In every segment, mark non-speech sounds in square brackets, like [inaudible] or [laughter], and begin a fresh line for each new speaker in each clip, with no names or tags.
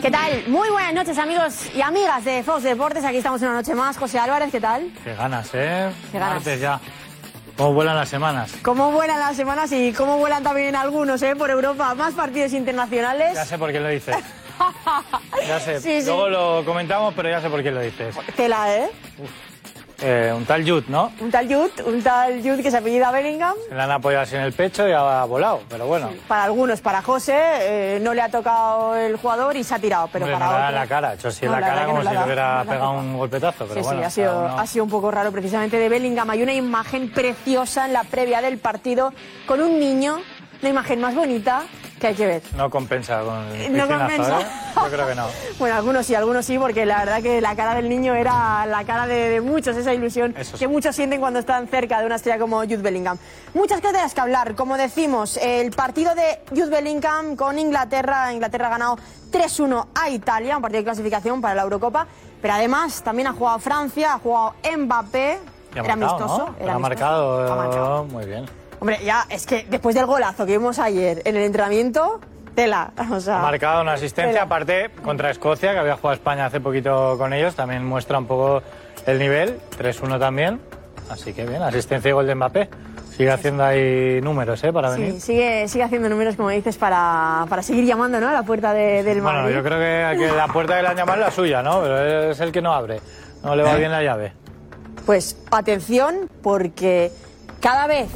¿Qué tal? Muy buenas noches, amigos y amigas de Fox Deportes. Aquí estamos una noche más. José Álvarez, ¿qué tal?
Qué ganas, ¿eh?
Qué ganas.
Martes ya. ¿Cómo vuelan las semanas?
¿Cómo vuelan las semanas y cómo vuelan también algunos eh, por Europa? Más partidos internacionales.
Ya sé por quién lo dices. Ya sé.
Sí, sí.
Luego lo comentamos, pero ya sé por quién lo dices.
Tela, ¿eh?
Eh, un tal Jude, ¿no?
Un tal Jude, un tal Jude que se apellida Bellingham.
Se le han apoyado así en el pecho y ha volado, pero bueno.
Para algunos, para José, eh, no le ha tocado el jugador y se ha tirado, pero
Hombre,
para
no le da en
otros-
la cara, hecho así en
No,
la,
la
cara
verdad que
como
no
si
la da,
le hubiera
no la
pegado
toca.
un golpetazo, pero
sí,
bueno.
sí, ha
cada
sido,
uno-
ha sido un poco raro precisamente de Bellingham. Hay una imagen preciosa en la previa del partido con un niño, la imagen más bonita que hay que ver.
No compensa con el
No
piscinazo,
compensa.
¿eh? Yo creo que no.
Bueno, algunos sí, algunos sí, porque la verdad que la cara del niño era la cara de, de muchos, esa ilusión
Eso sí.
que muchos sienten cuando están cerca de una estrella como Jude Bellingham. Muchas cosas de las que hablar, como decimos, el partido de Jude Bellingham con Inglaterra, Inglaterra ha ganado 3-1 a Italia, un partido de clasificación para la Eurocopa, pero además también ha jugado Francia, ha jugado Mbappé,
Y ha
era
marcado,
amistoso,
¿no?
era
ha
amistoso.
marcado,
Ha marcado.
eh, muy bien.
Hombre, ya, es que después del golazo que vimos ayer en el entrenamiento, tela, [laughs] o sea...
Ha marcado una asistencia,
Pero-
aparte contra Escocia, que había jugado España hace poquito con ellos, también muestra un poco el nivel, 3-1 también. Así que bien, asistencia y gol de Mbappé. Sigue haciendo ahí números, ¿eh? Para venir.
Sí, sigue, sigue haciendo números, como dices, para, para seguir llamando ¿no? a la puerta de- del
Bueno,
Madrid.
yo creo que, a que la puerta que le han llamado es la suya, ¿no? Pero es el que no abre. No le va bien la llave.
Pues atención, porque cada vez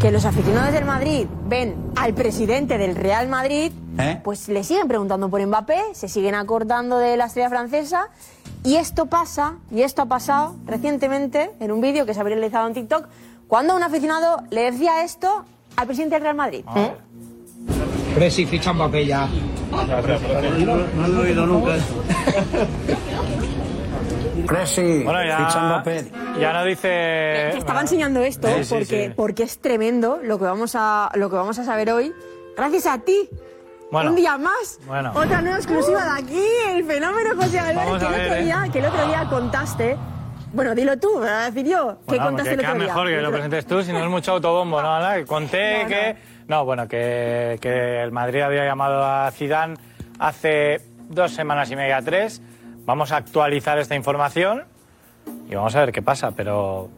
que los aficionados del Madrid ven al presidente del Real Madrid,
¿Eh?
pues le siguen preguntando por Mbappé, se siguen acordando de la estrella francesa. Y esto pasa, y esto ha pasado recientemente en un vídeo que se ha realizado en TikTok, cuando un aficionado le decía esto al presidente del Real Madrid. ¿Eh?
Presi, ficha Mbappé ya.
No lo he oído nunca eso.
Presi,
Bueno, ya, ya no dice...
Te estaba
bueno,
enseñando esto
Sí, sí,
porque,
sí.
porque es tremendo lo que, vamos a, lo que vamos a saber hoy. Gracias a ti.
Bueno.
Un día más.
Bueno.
Otra nueva exclusiva de aquí, el fenómeno José Álvarez,
Vamos
que,
a
el
ver,
otro
¿eh?
día, que el otro día contaste. Bueno, dilo tú, me vas a decir yo. ¿Qué
Bueno,
contaste
Ah, que
el otro
queda
día?
mejor que lo presentes tú, si no es mucho autobombo, ¿no? Ana? Que Conté
No, no.
que... No, bueno, que, que el Madrid había llamado a Zidane hace dos semanas y media, tres. Vamos a actualizar esta información y vamos a ver qué pasa, pero...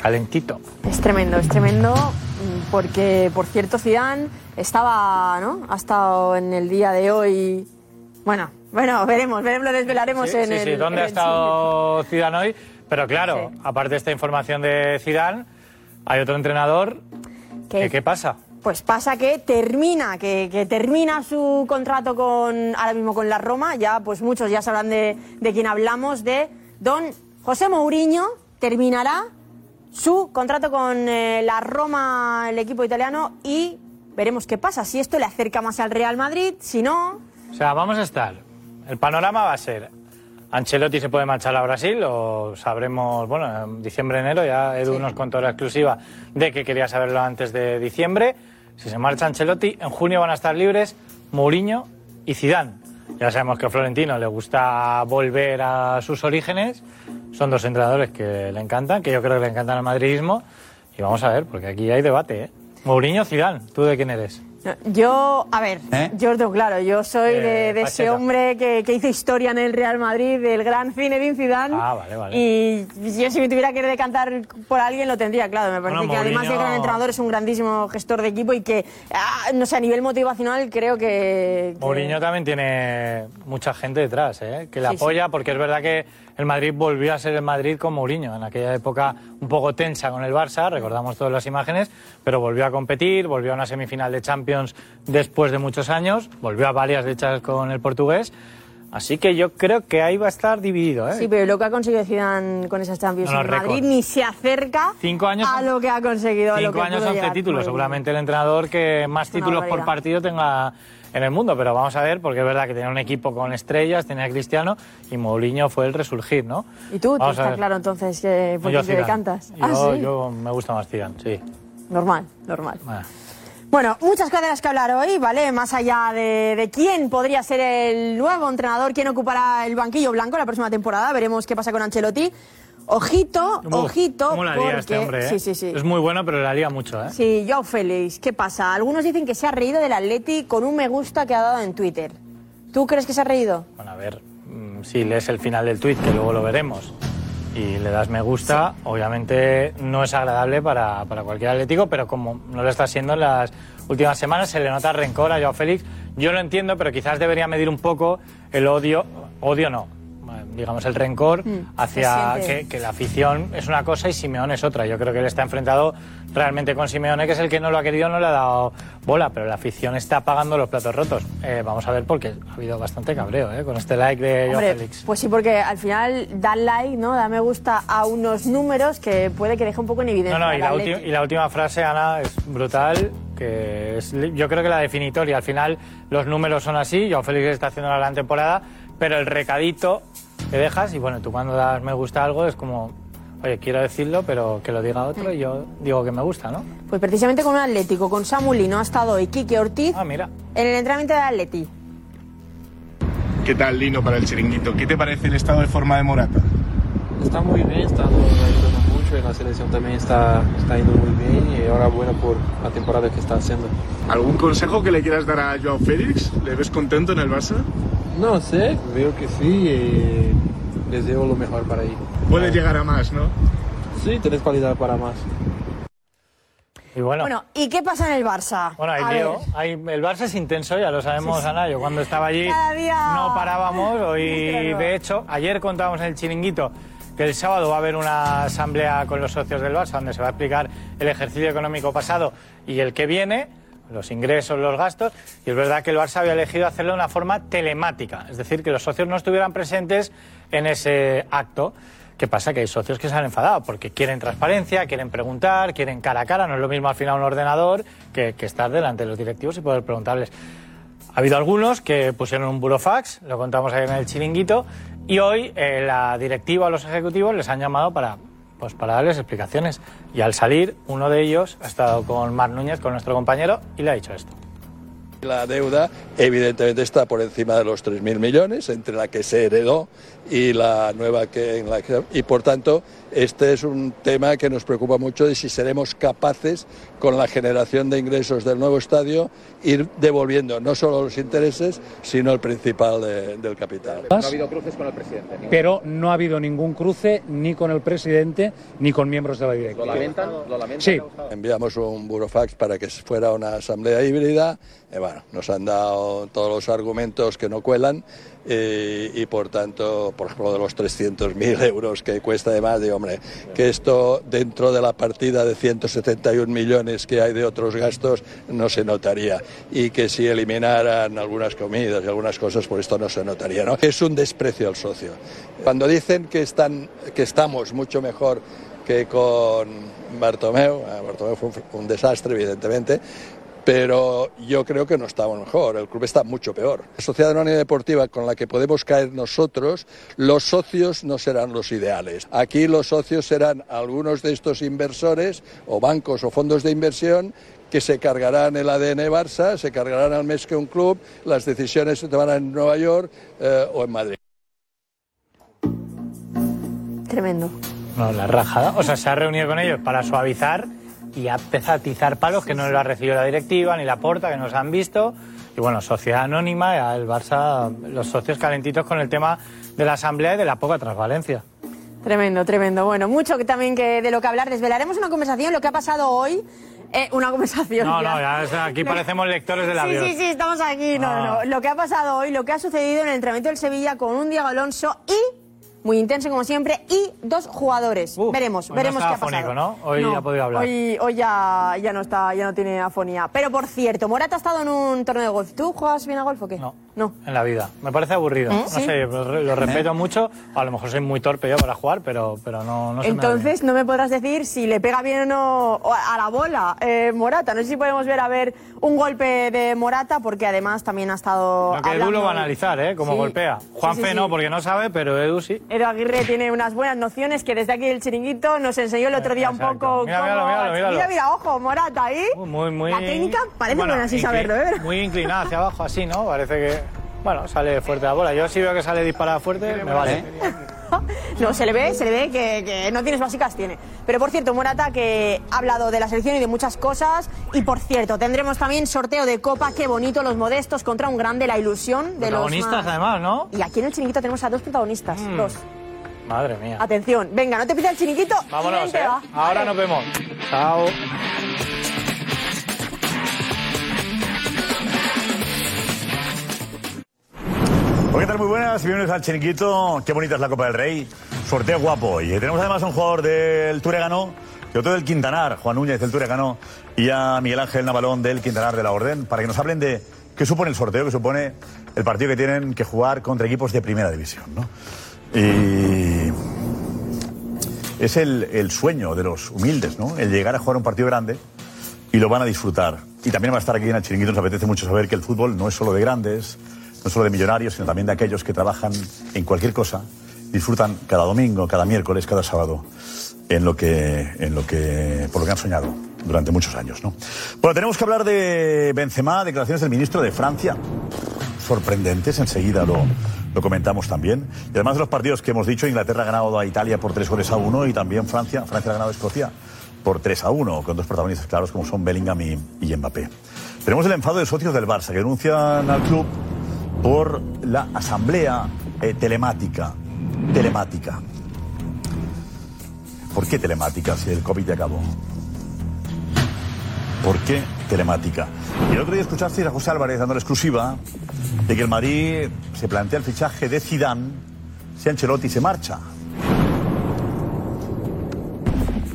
Calentito.
Es tremendo, es tremendo, mm, porque por cierto Zidane estaba, ¿no? Ha estado en el día de hoy. Bueno, bueno, veremos, veremos, lo desvelaremos
Sí,
en
sí,
el.
sí, ¿dónde
en
ha
el
estado Zidane hoy? Pero claro,
Sí.
aparte de esta información de Zidane, hay otro entrenador.
¿Qué?
que- ¿Qué pasa?
Pues pasa que termina, que, que termina su contrato con ahora mismo con la Roma. Ya, pues muchos ya sabrán de, de quién hablamos, de don José Mourinho. Terminará su contrato con eh, la Roma, el equipo italiano, y veremos qué pasa. Si esto le acerca más al Real Madrid, si no.
O sea, vamos a estar. El panorama va a ser. Ancelotti se puede marchar a Brasil, o sabremos, bueno, en diciembre, enero, ya Edu nos contó la exclusiva de que quería saberlo antes de diciembre. Si se marcha Ancelotti, en junio van a estar libres Mourinho y Zidane. Ya sabemos que a Florentino le gusta volver a sus orígenes. Son dos entrenadores que le encantan, que yo creo que le encantan al madridismo. Y vamos a ver, porque aquí hay debate, ¿eh? Mourinho, Zidane, ¿tú de quién eres?
no, Yo, a ver,
¿Eh?
yo os digo claro, yo soy
Eh,
de, de ese
Pacheta.
hombre que, que hizo historia en el Real Madrid, del gran Zinedine Zidane.
Ah, vale, vale.
Y yo si me tuviera que decantar por alguien lo tendría, claro. Me parece
Bueno,
que además de
Mourinho-
gran entrenador es un grandísimo gestor de equipo y que, ah, no sé, a nivel motivacional creo que... que-
Mourinho también tiene mucha gente detrás, ¿eh? que le
Sí, sí.
apoya, porque es verdad que el Madrid volvió a ser el Madrid con Mourinho, en aquella época un poco tensa con el Barça, recordamos todas las imágenes, pero volvió a competir, volvió a una semifinal de Champions después de muchos años, volvió a varias luchas con el portugués, así que yo creo que ahí va a estar dividido. ¿eh?
Sí, pero lo que ha conseguido Zidane con esas Champions
No, no,
en Madrid
récord.
ni se acerca
Cinco años
a
son-
lo que ha conseguido. a lo
Cinco
que
años,
pudo
11
llegar
títulos.
Mourinho.
Seguramente el entrenador que más
una
títulos por
barbaridad.
partido tenga en el mundo, pero vamos a ver, porque es verdad que tenía un equipo con estrellas, tenía a Cristiano y Mourinho fue el resurgir, ¿no?
¿Y tú? ¿Tú
Vamos a
está
ver.
claro entonces que por
Yo
qué te
Zidane.
decantas?
Yo,
Ah, sí.
yo me gusta más Zidane, sí.
Normal, normal.
Ah.
Bueno, muchas cosas de las que hablar hoy, ¿vale? Más allá de, de quién podría ser el nuevo entrenador, quién ocupará el banquillo blanco la próxima temporada, veremos qué pasa con Ancelotti. Ojito,
Uf,
ojito,
cómo la lía
porque...
este hombre, ¿eh?
Sí, sí, sí.
Es muy bueno, pero la lía mucho, ¿eh?
Sí, Joao Félix, ¿qué pasa? Algunos dicen que se ha reído del Atleti con un me gusta que ha dado en Twitter. ¿Tú crees que se ha reído?
Bueno, a ver, mm, si lees el final del tuit, que luego lo veremos, y le das me gusta, obviamente no es agradable para, para cualquier atlético, pero como no lo está siendo en las últimas semanas, se le nota rencor a Joao Félix. Yo lo entiendo, pero quizás debería medir un poco el odio, odio no, digamos el rencor hacia
Mm, se siente.
que, que la afición es una cosa y Simeone es otra. Yo creo que él está enfrentado realmente con Simeone, que es el que no lo ha querido, no le ha dado bola, pero la afición está pagando los platos rotos. Eh, vamos a ver porque ha habido bastante cabreo ¿eh? con este like de Joao
Hombre,
Félix.
pues sí, porque al final da like, ¿no? Da me gusta a unos números que puede que deje un poco en evidencia.
No, no, y
al
la,
Atleti.
ulti- y la última frase, Ana, es brutal, que es, li- yo creo que la definitoria. Al final los números son así, Joao Félix está haciendo una gran temporada, pero el recadito que dejas, y bueno, tú cuando das me gusta a algo es como, oye, quiero decirlo, pero que lo diga otro y yo digo que me gusta, ¿no?
Pues precisamente con un Atlético, con Samulino ha estado hoy Quique Ortiz
Ah,
en el entrenamiento del Atleti.
¿Qué tal, Lino, para el chiringuito? ¿Qué te parece el estado de forma de Morata?
Está muy bien, está ayudando mucho y la selección también está, está yendo muy bien y ahora bueno por la temporada que está haciendo.
¿Algún consejo que le quieras dar a Joao Félix? ¿Le ves contento en el Barça?
No sé, veo que sí eh, y deseo lo mejor para él.
Puede llegar a más, ¿no?
Sí, tenés calidad para más.
Y bueno,
Bueno, ¿y qué pasa en el Barça?
bueno,
A
hay lío.
ver.
Hay- el Barça es intenso, ya lo sabemos,
Sí, sí.
Ana. Yo cuando estaba allí
Cada día.
no parábamos. Hoy,
Claro.
de hecho, ayer contábamos en el chiringuito que el sábado va a haber una asamblea con los socios del Barça donde se va a explicar el ejercicio económico pasado y el que viene, los ingresos, los gastos. Y es verdad que el Barça había elegido hacerlo de una forma telemática, es decir, que los socios no estuvieran presentes en ese acto. ¿Qué pasa? Que hay socios que se han enfadado porque quieren transparencia, quieren preguntar, quieren cara a cara. No es lo mismo al final un ordenador que, que estar delante de los directivos y poder preguntarles. Ha habido algunos que pusieron un burofax, lo contamos ahí en el chiringuito, y hoy eh, la directiva o los ejecutivos les han llamado para, pues, para darles explicaciones. Y al salir, uno de ellos ha estado con Mar Núñez, con nuestro compañero, y le ha dicho esto.
La deuda evidentemente está por encima de los 3.000 millones entre la que se heredó y la nueva que en la que- y por tanto este es un tema que nos preocupa mucho de si seremos capaces con la generación de ingresos del nuevo estadio ir devolviendo no solo los intereses sino el principal de- del capital.
cruces con el presidente.
pero no ha habido ningún cruce ni con el presidente ni con miembros de la directiva.
¿Lo lamentan?
Sí.
Enviamos un burofax para que fuera una asamblea híbrida. Eh, bueno, nos han dado todos los argumentos que no cuelan eh, y, por tanto, por ejemplo, de los 300.000 euros que cuesta de más, digo, hombre, que esto dentro de la partida de 171 millones que hay de otros gastos no se notaría y que si eliminaran algunas comidas y algunas cosas, por esto no se notaría, ¿no? Es un desprecio al socio. Cuando dicen que, están, que estamos mucho mejor que con Bartomeu. Ah, Bartomeu fue un, fr- un desastre, evidentemente, pero yo creo que no estamos mejor. El club está mucho peor. La sociedad anónima deportiva con la que podemos caer nosotros, los socios no serán los ideales. Aquí los socios serán algunos de estos inversores o bancos o fondos de inversión que se cargarán el ADN Barça, se cargarán al mes que un club, las decisiones se tomarán en Nueva York eh, o en Madrid.
Tremendo.
No, la rajada. O sea, se ha reunido con ellos para suavizar y ha empezado a atizar palos que no lo ha recibido la directiva ni la porta, que nos han visto. Y bueno, Sociedad Anónima, ya el Barça, los socios calentitos con el tema de la asamblea y de la poca transvalencia.
Tremendo, tremendo. Bueno, mucho que también que de lo que hablar. Desvelaremos una conversación, lo que ha pasado hoy. Eh, una conversación.
No,
ya.
no, ya, o sea, aquí parecemos lectores de la
Sí, sí, sí, estamos aquí. No,
Ah.
no, no. Lo que ha pasado hoy, lo que ha sucedido en el entrenamiento del Sevilla con un Diego Alonso y, muy intenso como siempre, y dos jugadores. veremos,
hoy pues no
veremos
estaba
qué ha pasado.
afónico, ¿no? Hoy ha podido hablar.
Hoy, hoy ya, ya no está, ya no tiene afonía. Pero por cierto, Morata ha estado en un torneo de golf. ¿Tú juegas bien a golf o qué? No. No.
En la vida. Me parece aburrido.
¿Eh?
No
Sí.
sé, lo, lo respeto mucho. A lo mejor soy muy torpe yo para jugar, pero, pero no, no se me da bien.
Entonces no me podrás decir si le pega bien o no o a a la bola eh, Morata. No sé si podemos ver a ver un golpe de Morata porque además también ha estado
Lo que Edu lo
hablando-
va a analizar, ¿eh? Cómo
Sí.
golpea. Juanfe
Sí, sí, sí.
no, porque no sabe, pero Edu sí.
Edu Aguirre tiene unas buenas nociones que desde aquí el chiringuito nos enseñó el otro día un
Exacto.
poco.
Mira,
cómo-
míralo, míralo, míralo.
Mira, mira, ojo, Morata ahí.
Muy, muy...
La técnica parece buena sin
incli-
saberlo, ¿eh?
Muy inclinada hacia abajo, así, ¿no? Parece que... Bueno, sale fuerte la bola. Yo sí veo que sale disparada fuerte, me vale.
No, se le ve, se le ve que, que no tienes básicas, tiene. Pero por cierto, Morata que ha hablado de la selección y de muchas cosas. Y por cierto, tendremos también sorteo de Copa. Qué bonito, los modestos contra un grande, la ilusión de los.
Protagonistas, ¿eh? Mm,
más-
además, ¿no?
Y aquí en el chiringuito tenemos a dos protagonistas. Dos.
Madre mía.
Atención, venga, no te pides el chiringuito. y
Vámonos,
vente,
¿eh?
va.
Ahora nos vemos. Chao.
Hola, Pues, ¿qué tal? Muy buenas. Bienvenidos al Chiringuito. Qué bonita es la Copa del Rey. Sorteo guapo. Y eh, tenemos además a un jugador del Turegano y otro del Quintanar, Juan Núñez del Turegano, y a Miguel Ángel Navalón del Quintanar de la Orden, para que nos hablen de qué supone el sorteo, qué supone el partido que tienen que jugar contra equipos de primera división. ¿no? Y es el, el sueño de los humildes, ¿no? El llegar a jugar un partido grande y lo van a disfrutar. Y también va a estar aquí en el chiringuito. Nos apetece mucho saber que el fútbol no es solo de grandes, no solo de millonarios, sino también de aquellos que trabajan en cualquier cosa, disfrutan cada domingo, cada miércoles, cada sábado, en lo que, en lo que, por lo que han soñado durante muchos años, ¿no? Bueno, tenemos que hablar de Benzema, declaraciones del ministro de Francia sorprendentes, enseguida lo, lo comentamos también. Y además de los partidos que hemos dicho, Inglaterra ha ganado a Italia por 3 goles a 1 y también Francia, Francia ha ganado a Escocia por 3 a 1, con dos protagonistas claros como son Bellingham y, y Mbappé. Tenemos el enfado de socios del Barça que denuncian al club por la asamblea eh, telemática. Telemática. ¿Por qué telemática si el COVID ya acabó? ¿Por qué telemática? Y el otro día escuchasteis a José Álvarez dando la exclusiva de que el Madrid se plantea el fichaje de Zidane si Ancelotti se marcha.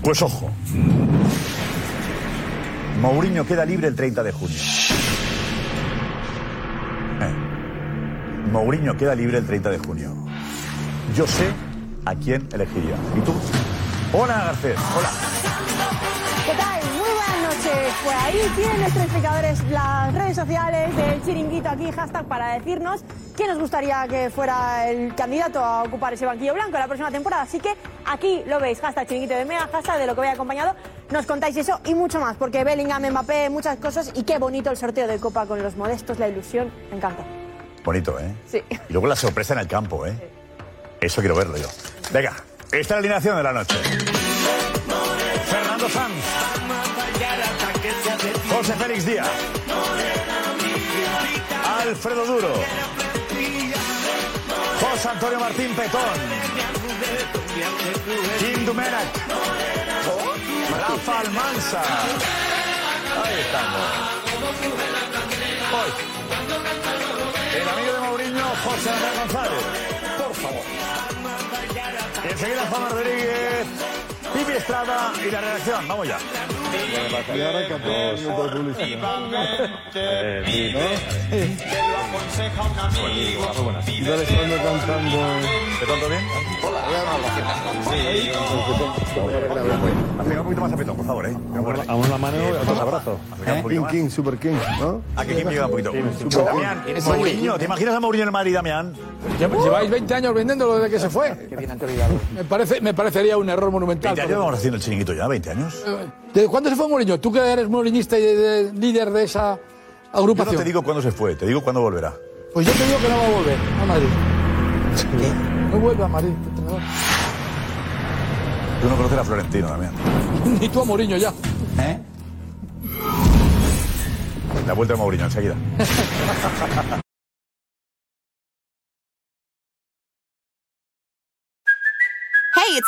Pues ojo. Mourinho queda libre el 30 de junio. Eh. Mourinho queda libre el 30 de junio. Yo sé a quién elegiría. ¿Y tú? Hola, Garcés. Hola.
¿Qué tal? Muy buenas noches. Pues ahí tienen nuestros espectadores las redes sociales del chiringuito aquí, hashtag, para decirnos quién nos gustaría que fuera el candidato a ocupar ese banquillo blanco la próxima temporada. Así que aquí lo veis, hashtag chiringuito de mega, hashtag de lo que voy acompañado. Nos contáis eso y mucho más, porque Bellingham, Mbappé, muchas cosas. Y qué bonito el sorteo de Copa con los modestos, la ilusión. Me encanta.
Bonito, ¿eh?
Sí.
Y luego la sorpresa en el campo, ¿eh? Eso quiero verlo yo. Venga, esta es la alineación de la noche. Fernando Sanz. José Félix Díaz. Alfredo Duro. José Antonio Martín Petón. Kim Dumenac. Rafa Almanza. Ahí estamos. Hoy. El amigo de Mourinho, José Andrés González. Por favor. Y enseguida Juan Rodríguez, Pipi Estrada y la redacción. Vamos ya.
Yo le estoy cantando.
¿Te conto bien? Venga, un poquito más a Petón, por favor, ¿eh?
A una mano ¿Eh? y a otros abrazos.
Venga, un
King
poquito más.
King, Super King, ¿no?
¿A que Kim llega un poquito?
Super
Damián,
King.
Mourinho, ¿te imaginas a Mourinho en el Madrid, Damián?
pues, Lleváis 20 años vendiéndolo desde que se fue. Me, parece, me parecería un error monumental.
20 años vamos haciendo el chiringuito ya, 20 años.
¿Desde cuándo se fue Mourinho? Tú que eres mourinista y de- de- líder de esa
Yo no
agrupación.
te digo cuándo se fue, te digo cuándo volverá.
Pues yo te digo que no va a volver a Madrid. No vuelve a Madrid. [laughs] entrenador.
Tú no conoces a Florentino, Damián.
Ni tú a Mourinho ya.
¿Eh? La vuelta de Mourinho, enseguida.
Hey, it's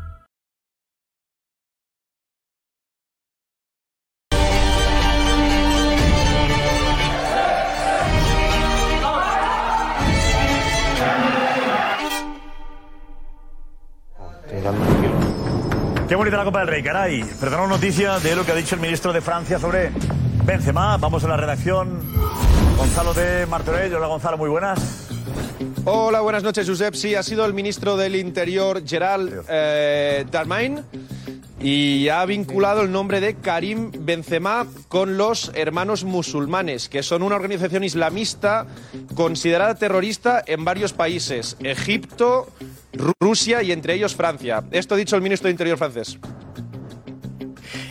Qué bonita la Copa del Rey, caray. Pero tenemos noticia de lo que ha dicho el ministro de Francia sobre Benzema. Vamos a la redacción. Gonzalo de Martorell. Hola, Gonzalo, muy buenas.
Hola, buenas noches, Josep. Sí, ha sido el ministro del Interior, Gerald eh, Darmain, y ha vinculado el nombre de Karim Benzema con los hermanos musulmanes, que son una organización islamista considerada terrorista en varios países, Egipto, Ru- Rusia y entre ellos Francia. Esto ha dicho el ministro de Interior francés.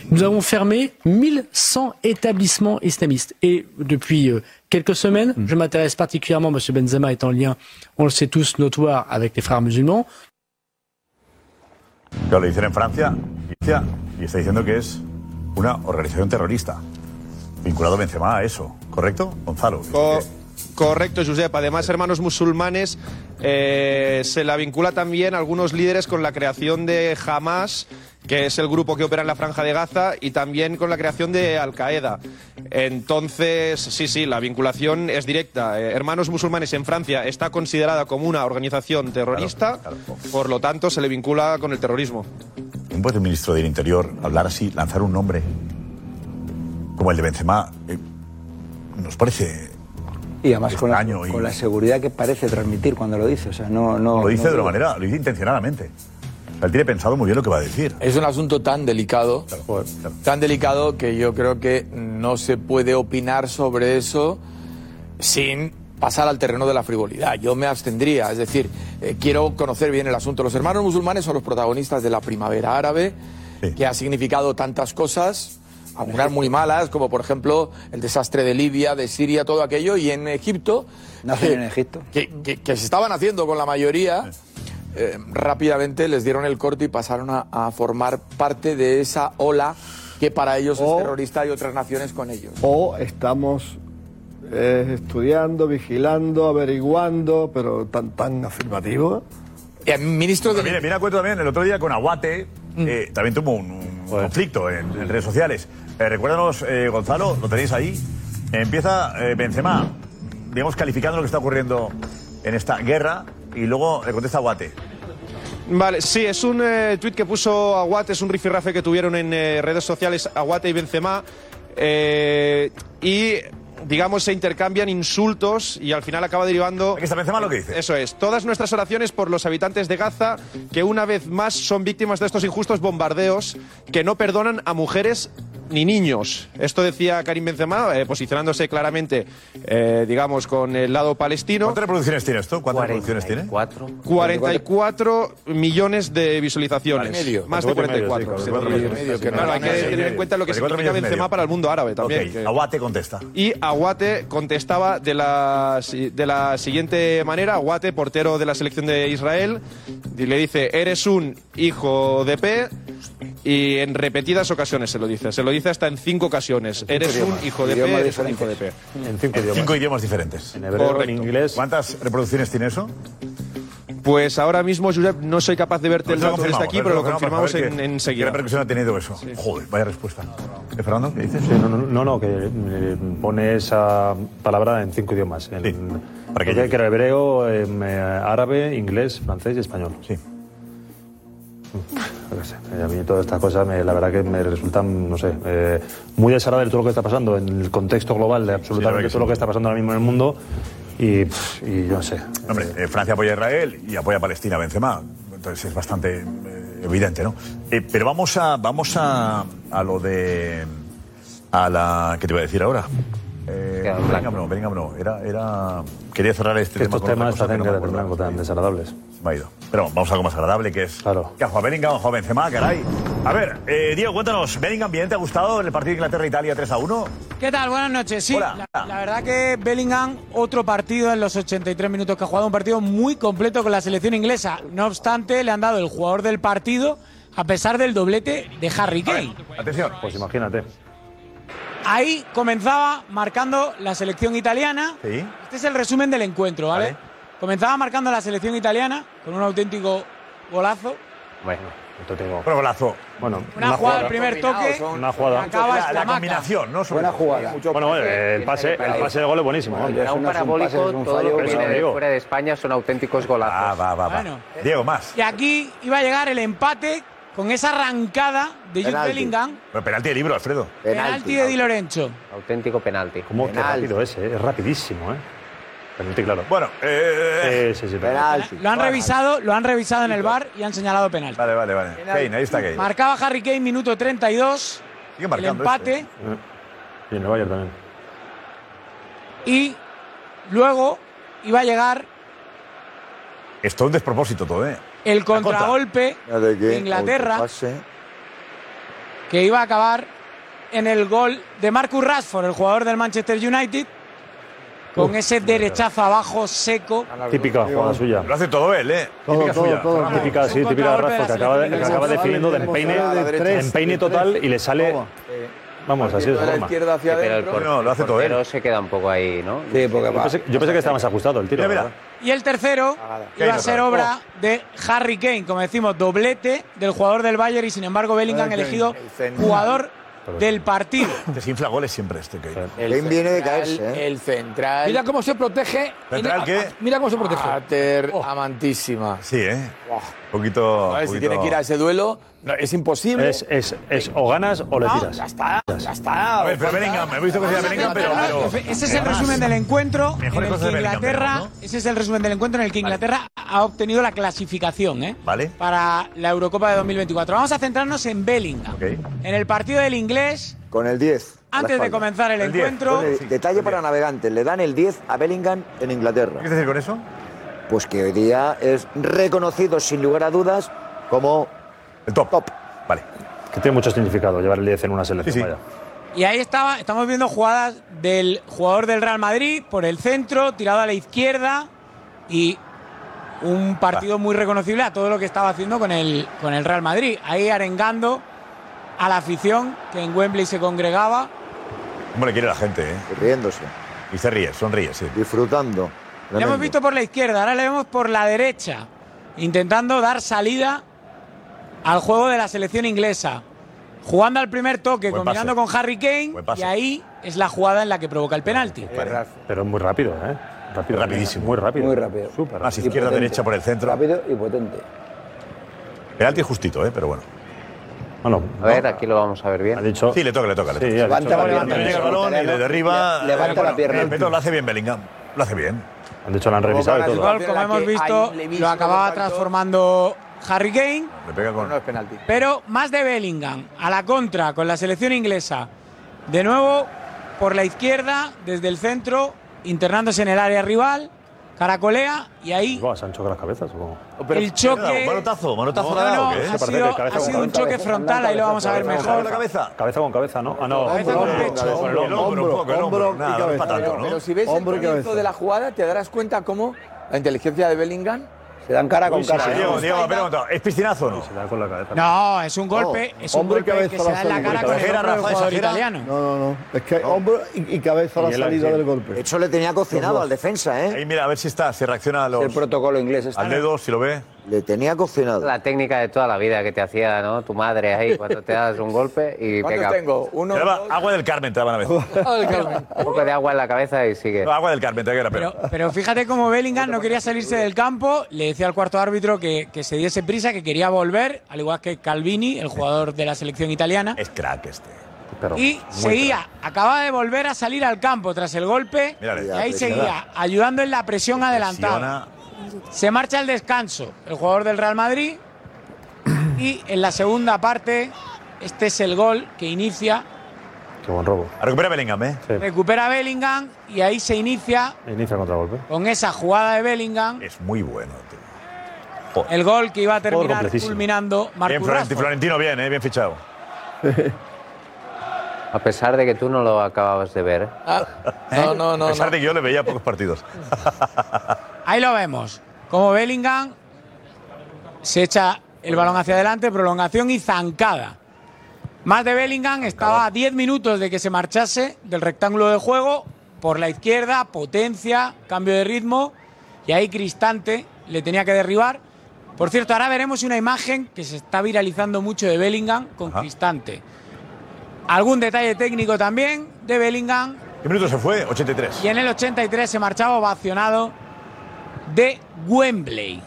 Nous avons fermé 1100 établissements islamistes. Et depuis euh, quelques semaines, je m'intéresse particulièrement, M. Benzema est en lien, on le sait tous, notoire avec les frères musulmans.
Claro, le dicen en Francia. Francia, Y está diciendo que es una organización terrorista. Vinculado Benzema a eso. ¿Correcto, Gonzalo?
Co- correcto, Josep. Además, hermanos musulmanes, eh, se la vincula también a algunos líderes con la creación de Hamas, que es el grupo que opera en la Franja de Gaza, y también con la creación de Al-Qaeda. Entonces, sí, sí, la vinculación es directa. Eh, hermanos musulmanes en Francia está considerada como una organización terrorista, por lo tanto, se le vincula con el terrorismo.
¿Cómo puede el ministro del Interior hablar así, lanzar un nombre como el de Benzema? Eh, nos parece.
Y además con la,
y-
con la seguridad que parece transmitir cuando lo dice. O sea, no, no,
Lo dice
no
de una
duda.
manera, lo dice intencionadamente. O sea, él tiene pensado muy bien lo que va a decir.
Es un asunto tan delicado, tan delicado que yo creo que no se puede opinar sobre eso sin pasar al terreno de la frivolidad. Yo me abstendría, es decir, eh, quiero conocer bien el asunto. Los hermanos musulmanes son los protagonistas de la primavera árabe, que ha significado tantas cosas, algunas muy malas, como por ejemplo el desastre de Libia, de Siria, todo aquello, y en Egipto...
Nacen en
eh,
Egipto.
que, que- que se estaban haciendo con la mayoría, eh, rápidamente les dieron el corte y pasaron a, a formar parte de esa ola que para ellos es terrorista y otras naciones con ellos.
O estamos eh, estudiando, vigilando, averiguando, pero tan, tan afirmativo.
ministro
de. Mira, mira, cuento también el otro día con Aguate, eh, también tuvo un, un conflicto en, en redes sociales. Eh, recuérdanos, eh, Gonzalo, lo tenéis ahí. Empieza eh, Benzema, digamos, calificando lo que está ocurriendo en esta guerra, y luego le contesta Aguate.
Vale, sí, es un eh, tuit que puso Aguate, es un rifirrafe que tuvieron en eh, redes sociales Aguate y Benzema. eh, y, digamos, se intercambian insultos y al final acaba derivando. Aquí
está Benzema lo que dice.
Eso es. Todas nuestras oraciones por los habitantes de Gaza, que una vez más son víctimas de estos injustos bombardeos que no perdonan a mujeres ni niños. Esto decía Karim Benzema, eh, posicionándose claramente, eh, digamos, con el lado palestino.
¿Cuántas reproducciones tiene esto? ¿Cuántas reproducciones tiene?
Cuatro. 44 millones de visualizaciones.
Vale, medio.
Más de
44,
44.
medio, sí,
Claro,
44 millones.
que no, hay que
Sí,
tener en
sí,
cuenta lo que
44
significa
millones y
Benzema
medio.
para el mundo árabe también.
Ok,
que-
Aguate contesta.
y Aguate contestaba de la, si- de la siguiente manera. Aguate, portero de la selección de Israel, y le dice, eres un hijo de P. Y en repetidas ocasiones se lo dice. Se lo dice hasta en cinco ocasiones. Eres
idiomas.
un hijo de P.
Idiomas
Eres un hijo de P.
En cinco idiomas. diferentes. En
hebreo, en Correcto.
inglés. ¿Cuántas reproducciones tiene eso?
Pues ahora mismo, Josep, no soy capaz de verte el
Ahorita
dato desde aquí, pero lo confirmamos
para ver
en,
qué-
enseguida.
¿Qué repercusión ha tenido pues eso? Joder, vaya respuesta. ¿Eh, Fernando, ¿qué dices?
Sí, no, no, no, no, que eh, pone esa palabra en cinco idiomas. En,
¿Para
que era hebreo, em, eh, árabe, inglés, francés y español. Mm,
Sí.
A mí todas estas cosas, me- Eh, la verdad que me resultan, no sé, eh, muy desagradables todo lo que está pasando en el contexto global de absolutamente todo lo que está pasando ahora mismo en el mundo. Y, pff, y yo no sé.
Hombre, eh, Francia apoya a Israel y apoya a Palestina, Benzema. Entonces es bastante eh, evidente, ¿no? Eh, pero vamos a vamos a, a lo de a la que te iba a decir ahora. Eh, Bellingham no, Bellingham no. Era, era quería cerrar este
Que
tema
estos
con otra
temas
cosa que
hacen
no
que
me
de blanco tan desagradables.
Se me ha ido. Pero vamos a algo más agradable que es que ha jugado Bellingham, ha jugado Benzema, caray. A ver, eh, Diego, cuéntanos, Bellingham bien te ha gustado en el partido de Inglaterra e Italia 3 a 1?
¿Qué tal? Buenas noches. Sí,
Hola.
la, la verdad que Bellingham, otro partido en los 83 minutos que ha jugado, un partido muy completo con la selección inglesa. No obstante, le han dado el jugador del partido a pesar del doblete de Harry Kane.
Atención.
Pues imagínate.
Ahí comenzaba marcando la selección italiana.
Sí.
Este es el resumen del encuentro, ¿vale? Comenzaba marcando la selección italiana con un auténtico golazo.
Bueno, esto tengo.
Pero golazo.
Bueno,
Una jugada al primer toque.
Una jugada.
Acaba La- la Escamaca.
combinación, ¿no?
Buena jugada. Bueno, eh, el pase, el pase de gol es buenísimo.
Bueno,
vamos.
ya es
un parabólico, todo lo que
Eso
viene de
digo.
fuera de España son auténticos golazos. Ah,
va, va,
Bueno. eh,
Diego, más.
Y aquí iba a llegar el empate con esa arrancada de Jude Bellingham.
Pero penalti de libro, Alfredo.
Penalti de Di Lorenzo.
Auténtico penalti.
¿Cómo qué rápido es? eh, Es rapidísimo, ¿eh? Penalti, claro.
Bueno, eh,
sí, sí,
penalti.
Lo han revisado, lo han revisado en el bar y han señalado penalti.
Vale, vale, vale. Kane, ahí está Kane.
Marcaba Harry Kane minuto 32.
Sigue
el
marcando este.
empate
Eh, Y en el Bayern también.
y luego iba a llegar
Esto es un despropósito todo, ¿eh?
el contragolpe de Inglaterra que iba a acabar en el gol de Marcus Rashford, el jugador del Manchester United, con
Uf,
ese derechazo abajo seco.
Típica jugada suya.
Lo hace todo él, ¿eh?
Todo,
típica
todo,
suya.
todo.
Vamos.
Típica, sí, típica de Rafa, que acaba, que acaba definiendo de empeine, de empeine total y le sale. Vamos, así de esa forma.
Pero el
adentro.
portero,
No, lo hace todo
el portero se queda un poco ahí, ¿no?
Sí, porque yo, pensé, yo pensé que estaba más ajustado el tiro. la verdad.
Y el tercero iba a
Kane
ser
otra vez.
obra de Harry Kane, como decimos, doblete del jugador del Bayern y sin embargo Bellingham
Kane,
elegido
el centro.
jugador del partido.
Desinfla goles siempre este Kane.
El viene de caerse. El central.
Mira cómo se protege.
¿Central qué?
Mira cómo se protege.
Pater amantísima.
Sí, ¿eh? Un poquito.
A ver, si
poquito-
tiene que ir a ese duelo, no, es imposible.
Es, es, es o ganas o le
No,
tiras.
ya está, ya está.
A ver, pero Bellingham, he visto que decía Bellingham, pero. pero-
Ese es el
Además,
resumen del encuentro en
mejores
el
cosas
que
de Bellingham,
Inglaterra,
¿no?
ese es el resumen del encuentro en el que Inglaterra ha obtenido la clasificación, ¿eh?
Vale.
Para la Eurocopa de 2024. Vamos a centrarnos en Bellingham. En el partido del inglés,
Con el 10. a la
Antes de
espalda.
comenzar el El 10, encuentro-
Pone,
sí,
detalle para navegantes. Le dan el 10 a Bellingham en Inglaterra. ¿Qué
quieres decir con eso?
Pues que hoy día es reconocido sin lugar a dudas como
el top. Vale.
Que tiene mucho significado llevar el 10 en una selección. Vaya.
y ahí estaba, estamos viendo jugadas del jugador del Real Madrid por el centro, tirado a la izquierda y un partido muy reconocible a todo lo que estaba haciendo con el, con el Real Madrid. Ahí arengando a la afición que en Wembley se congregaba.
¿Cómo le quiere la gente, eh?
Riéndose.
Y se ríe, sonríe, sí.
Disfrutando.
Le hemos visto por la izquierda, ahora le vemos por la derecha, intentando dar salida al juego de la selección inglesa. Jugando al primer toque,
Buen
combinando
pase.
con Harry Kane,
Buen pase.
y ahí es la jugada en la que provoca el penalti.
Pero es muy rápido, ¿eh? Rápido,
Rapidísimo.
Muy rápido.
Muy rápido.
Súper
Más
rápido.
izquierda, derecha por el centro.
Rápido y potente.
Penalti justito, ¿eh? Pero bueno.
Bueno,
A ver, aquí lo vamos a ver bien.
Sí, le toca, le toca. Le
Sí,
toca.
ha Levanta dicho- la
Levanta,
pierna.
llega el balón y le derriba.
Le- levanta
Bueno,
la pierna.
eh, Beto lo hace bien Bellingham. Lo hace bien.
Han dicho, lo han revisado y todo.
Gol, como hemos visto, lo acababa transformando Harry Kane,
Le pega con.
es penalti.
pero más de Bellingham, a la contra con la selección inglesa. De nuevo, por la izquierda, desde el centro, internándose en el área rival, caracolea y ahí
Buah, ¿Se han chocado las cabezas o cómo?
Oh,
el choque.
Manotazo, manotazo
No,
le ha dado,
no,
¿o qué?
ha sido-
que cabeza
ha sido
con
un
cabeza.
choque frontal, ahí lo vamos a ver
¿eh? Cabeza con
mejor.
cabeza.
Cabeza con cabeza, ¿no? Ah, no.
Cabeza con pecho.
Con el hombro,
Hombro,
un poco, el hombro.
hombro y
Nada, no es
cabeza.
para tanto, ¿no?
Pero si ves
Hombro y
el comienzo
cabeza.
de la jugada, te darás cuenta cómo la inteligencia de Bellingham se dan
Uy, sí, sí, Diego, Diego, pero un momento, ¿es piscinazo o no?
Se da con la cabeza.
No, es un golpe, es un
Hombre y
golpe
cabeza
que
a
se
la
da en la
salida.
cara con el hombro del jugador
¿Exagera?
italiano.
No, no, no. Es que hombro y, y cabeza a
Y
la
el
salida
axil.
del golpe.
De hecho, le tenía
Los
cocinado
dos.
al defensa, ¿eh?
Ahí mira, a ver si está, si reacciona a los.
El protocolo inglés está.
Al dedo, si lo ve.
Le tenía cocinado.
La técnica de toda la vida que te hacía, ¿no? Tu madre ahí, cuando te das un golpe
[laughs]
y
¿Cuántos
venga,
tengo?
Te daba Agua del Carmen te daban a veces.
un poco de agua en la cabeza y sigue.
No, agua del Carmen, te que era peor.
Pero fíjate cómo Bellingham no quería salirse del campo, le decía al cuarto árbitro que, que se diese prisa, que quería volver, al igual que Calvini, el jugador de la selección italiana.
Es crack este.
Y seguía, acababa de volver a salir al campo tras el golpe,
Mírale.
y ahí
Ya,
seguía,
presiona.
ayudando en la presión adelantada. Se marcha al descanso el jugador del Real Madrid, y en la segunda parte, este es el gol que inicia
Qué buen robo.
Recupera Bellingham, ¿eh?
Recupera Bellingham y ahí se inicia
Inicia el contragolpe.
con esa jugada de Bellingham
Es muy bueno.
el gol que iba a
Juego
terminar
completísimo.
culminando
Bien,
Marcus
Florentino,
Rashford.
Florentino bien, ¿eh? Bien fichado.
A pesar de que tú no lo acababas de ver.
Ah, ¿eh?
No, no, no. ¿Eh? A pesar de que yo le veía pocos partidos.
Ahí lo vemos, como Bellingham se echa el balón hacia adelante, prolongación y zancada. Más de Bellingham estaba a 10 minutos de que se marchase del rectángulo de juego, por la izquierda, potencia, cambio de ritmo y ahí Cristante le tenía que derribar. Por cierto, ahora veremos una imagen que se está viralizando mucho de Bellingham con Cristante. Algún detalle técnico también de Bellingham.
¿Qué minuto se fue? 83.
Y en el 83 se marchaba ovacionado de Wembley.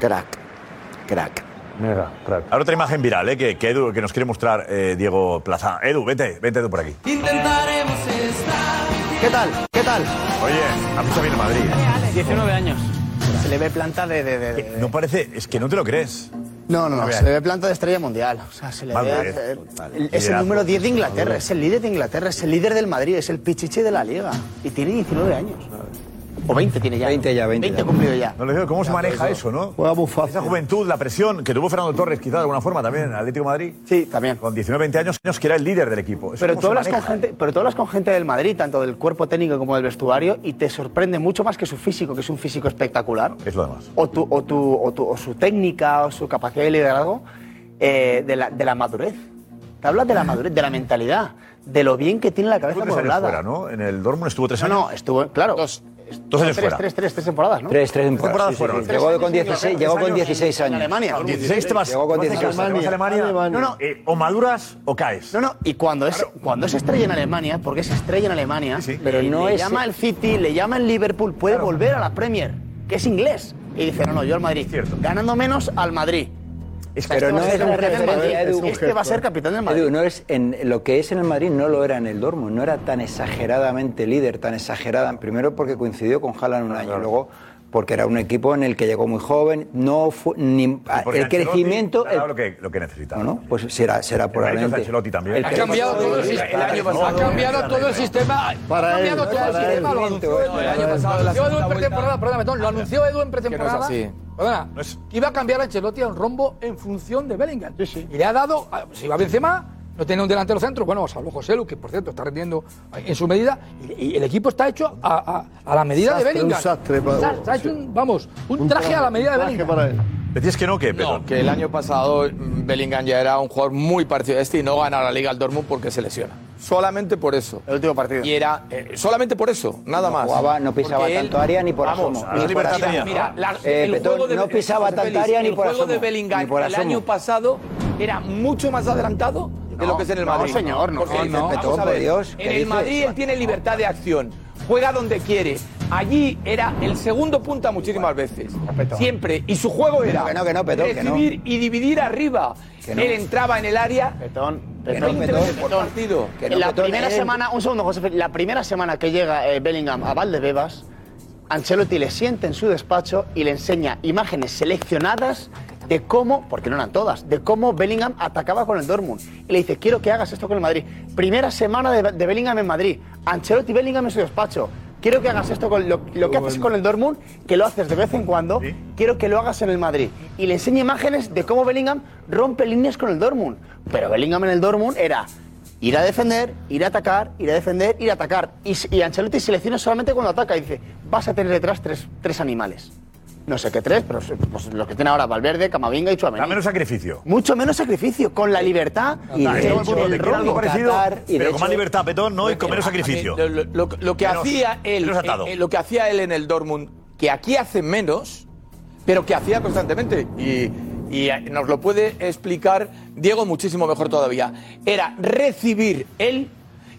Crack. Crack. Mira, crack. Ahora otra imagen viral, ¿eh? Que, que Edu, que nos quiere mostrar eh, Diego Plaza. Edu, vete, vete Edu por aquí.
Intentaremos estar. ¿Qué tal? ¿Qué tal?
Oye, ha puesto bien Madrid. ¿eh?
19 años. Se le ve planta de. de- de- de-
No parece, es que no te lo crees.
No, no,
A
no.
ver.
Se le ve planta de estrella mundial. O sea, se le
Vale,
ve.
vale.
eh,
Vale.
Es el
Liderazgo,
número 10 de Inglaterra,
madurez.
es el líder de Inglaterra, es el líder del Madrid, es el pichichi de la liga. Y tiene 19 años. O 20 tiene ya. 20 ya, 20. 20 cumplido ya.
No le digo, ¿cómo se maneja eso, no? Esa juventud, la presión que tuvo Fernando Torres, quizá de alguna forma también en Atlético de Madrid.
Sí, también.
Con 19, 20 años, años que era el líder del equipo. ¿Eso
Pero
cómo
tú,
se
hablas con
maneja? eh.
gente, pero tú hablas con gente del Madrid, tanto del cuerpo técnico como del vestuario, y te sorprende mucho más que su físico, que es un físico espectacular.
Es lo demás.
O, tu, o, tu, o, tu- o su técnica, o su capacidad de liderazgo, eh, de, la, de la madurez. Te hablas de la madurez, de la mentalidad, de lo bien que tiene la cabeza
Estuvo tres años
poblada.
fuera, ¿no? En el Dortmund estuvo tres
No,
años.
no, estuvo, claro. Dos,
Dos años
tres,
fuera.
tres, tres, tres temporadas, ¿no?
Tres, tres temporadas, sí, sí, sí. Llegó
Tres años
con
en
16,
Inglaterra,
llegó
tres
con 16
en
años.
Alemania.
Con 16 te vas-
Llegó con
te vas a
16.
Alemania, te vas a Alemania. Alemania. No, no, Eh, o maduras o caes.
No, no, y cuando es, cuando es estrella en Alemania, porque es estrella en Alemania,
Pero
le-
no
le
es-
e-
llama el City, le llama el Liverpool, puede volver a la Premier, que es inglés. Y dice, no, no, yo al Madrid. Ganando menos al Madrid.
Es
que este va a ser capitán del Madrid.
Edu.
Este va a ser capitán del Madrid.
Edu, no es en lo que es en el Madrid no lo era en el Dortmund, no era tan exageradamente líder, tan exagerada. Primero porque coincidió con Haaland un año, luego porque era un equipo en el que llegó muy joven, no fue ni ah,
Porque
el
Ancelotti
crecimiento,
le ha dado
el-
lo que, lo que necesita.
no, no, pues será será
El mérito es de
probablemente.
Ancelotti también.
El
Ha
que-
cambiado todo el
El año pasado. Ha cambiado todo el sistema.
Para
ha cambiado
él,
todo el
para
sistema.
él,
Lo anunció Edu,
el
el
año
año
pasado,
pasado.
la
Lo anunció Edu en
segunda
pretemporada. Perdóname, Tom, lo anunció Edu en pretemporada.
así.
Perdona. Que iba a cambiar a Ancelotti a un rombo en función de Bellingham. Y le ha dado. a- Si va Benzema, no tiene un delantero centro. Bueno, salvo José Lu, que por cierto está rindiendo en su medida. Y, y el equipo está hecho a, a- a la medida de
Sastre,
Bellingham.
un sastre para-
Sa- sa- es un- vamos, un traje a la medida de Bellingham.
Decías que no, que
No, que el año pasado mm, Bellingham ya era un jugador muy parecido a este y no gana la Liga al Dortmund porque se lesiona. Solamente por eso.
El último partido.
Y era eh, solamente por eso, nada
No
más.
jugaba, no pisaba
Porque él-
tanto área ni por
vamos,
asomo.
ni
Ni por
por
asomo.
asomo.
Mira,
la-
Eh,
el
Petón,
juego de-
no pisaba
José
tanta
Félix,
área ni
el
por
juego de
asomo,
Bellingham
ni por
el año
asomo.
pasado era mucho más adelantado de lo que es en el
no,
Madrid.
señor, no,
Porque,
no,
vamos
Petón,
a
por
ver,
Dios, ¿qué
En el
dices?
Madrid él tiene libertad de acción, juega donde quiere. Allí era el segundo punta muchísimas veces. Siempre. Y su juego
Que no,
era
que no, que no, Petón, que no.
recibir y dividir arriba.
Que no.
Él entraba en el área
Petón,
Que no,
20
Petón,
veces por
Petón.
partido.
Que
En la
Petón,
primera
él-
semana, un segundo, José, Félix, la primera semana que llega eh, Bellingham a Valdebebas, Ancelotti le sienta en su despacho y le enseña imágenes seleccionadas de cómo, porque no eran todas, de cómo Bellingham atacaba con el Dortmund. Y le dice, quiero que hagas esto con el Madrid. Primera semana de, de Bellingham en Madrid, Ancelotti Bellingham en su despacho. Quiero que hagas esto con lo, lo que haces con el Dortmund, que lo haces de vez en cuando, quiero que lo hagas en el Madrid. Y le enseña imágenes de cómo Bellingham rompe líneas con el Dortmund. Pero Bellingham en el Dortmund era ir a defender, ir a atacar, ir a defender, ir a atacar. Y, s- y Ancelotti selecciona solamente cuando ataca y dice, vas a tener detrás tres, tres animales. No sé qué tres, pero s- pues, los que tiene ahora Valverde, Camavinga y Chuamení.
Da menos sacrificio.
Mucho menos sacrificio, con la libertad y
Está,
de
estaba en
hecho,
punto, te
el
quiero algo
rollo.
parecido,
Qatar, y de
pero con más
hecho-
libertad, Petón, ¿no? Y con menos sacrificio.
Lo, lo- lo- lo que
Menos-
hacía él,
menos atado.
eh, eh, lo que hacía él en el Dortmund, que aquí hace menos, pero que hacía constantemente y, y, eh, nos lo puede explicar Diego muchísimo mejor todavía. Era recibir él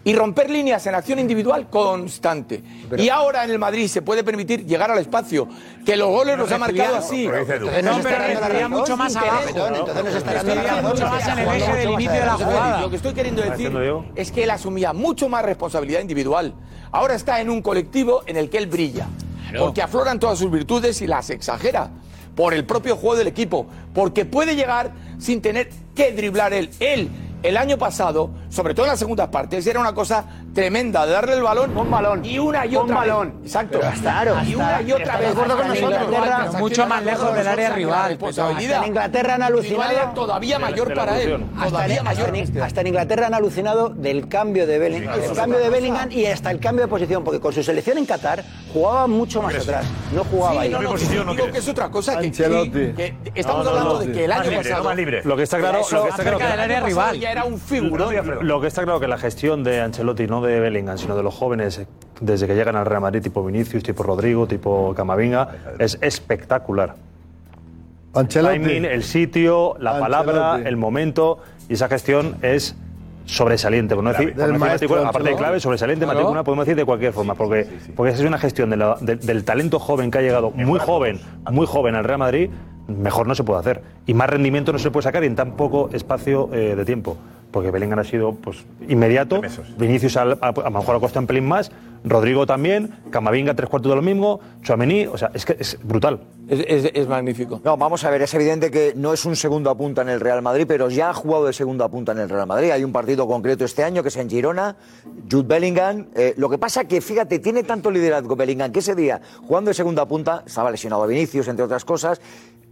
y romper líneas en acción individual constante. y ahora en el Madrid se puede permitir llegar al espacio, que los goles los ha marcado así.
No, pero recibía mucho más abajo. Recibía mucho más en el eje del inicio de la jugada.
Lo que estoy queriendo
Está
decir
haciendo Diego.
es que él asumía mucho más responsabilidad individual. Ahora está en un colectivo en el que él brilla. Porque afloran todas sus virtudes y las exagera. Por el propio juego del equipo. Porque puede llegar sin tener que driblar él. Él, el año pasado, sobre todo en las segundas partes, era una cosa tremenda. de Darle el balón. Un balón. Y una y
Pon
otra. vez.
balón.
Exacto.
Pero hasta- claro,
Y
hasta-
una y otra
¿estás de
vez.
acuerdo con
Hasta en
nosotros?
Inglaterra,
Pero
mucho
hasta
más
en
lejos del
Inglaterra,
área
la
rival,
responsabilidad
pues, Hasta en Inglaterra han
individual
alucinado.
era todavía mayor para él.
Hasta
Todavía
en,
mayor.
hasta en- hasta en Inglaterra han alucinado del cambio de Bellingham,
Sí,
del
sí,
cambio
sí.
de Bellingham y hasta el cambio de posición, porque con su selección en Qatar jugaba mucho más atrás, no jugaba
Sí,
ahí.
no, no, digo que es otra cosa que,
Ancelotti.
sí, que
No,
estamos
no,
hablando
no,
de
sí.
que el
Más
año
libre,
pasado
no más libre. Lo que está claro-
Eso
lo que está claro
acerca
que-
del área rival ya era un figurón
Lo que está claro que la gestión de Ancelotti, ¿no? de Bellingham, sino de los jóvenes eh, desde que llegan al Real Madrid, tipo Vinicius, tipo Rodrigo, tipo Camavinga, es espectacular.
Ancelotti.
El timing, el sitio, la palabra,
Ancelotti.
el momento y esa gestión es sobresaliente, por no decir,
Clave.
por no
Del
decir
maestro
matricula, aparte de
Ancelotti.
clave, sobresaliente,
Claro.
matrícula, podemos decir de cualquier forma, porque, porque esa es una gestión de la- de- del talento joven que ha llegado, muy joven, muy joven al Real Madrid, mejor no se puede hacer. Y más rendimiento no se puede sacar y en tan poco espacio eh, de tiempo. Porque Bellingham ha sido pues, inmediato, Vinicius al- a, a lo mejor ha costado un pelín más, Rodrigo también, Camavinga tres cuartos de lo mismo, Chouameni, o sea, es que es brutal.
Es, magnífico.
No, vamos a ver, es evidente que no es un segundo a punta en el Real Madrid, pero ya ha jugado de segundo a punta en el Real Madrid. Hay un partido concreto este año que es en Girona, Jude Bellingham. eh, lo que pasa que, fíjate, tiene tanto liderazgo Bellingham que ese día, jugando de segunda punta, estaba lesionado a Vinicius, entre otras cosas.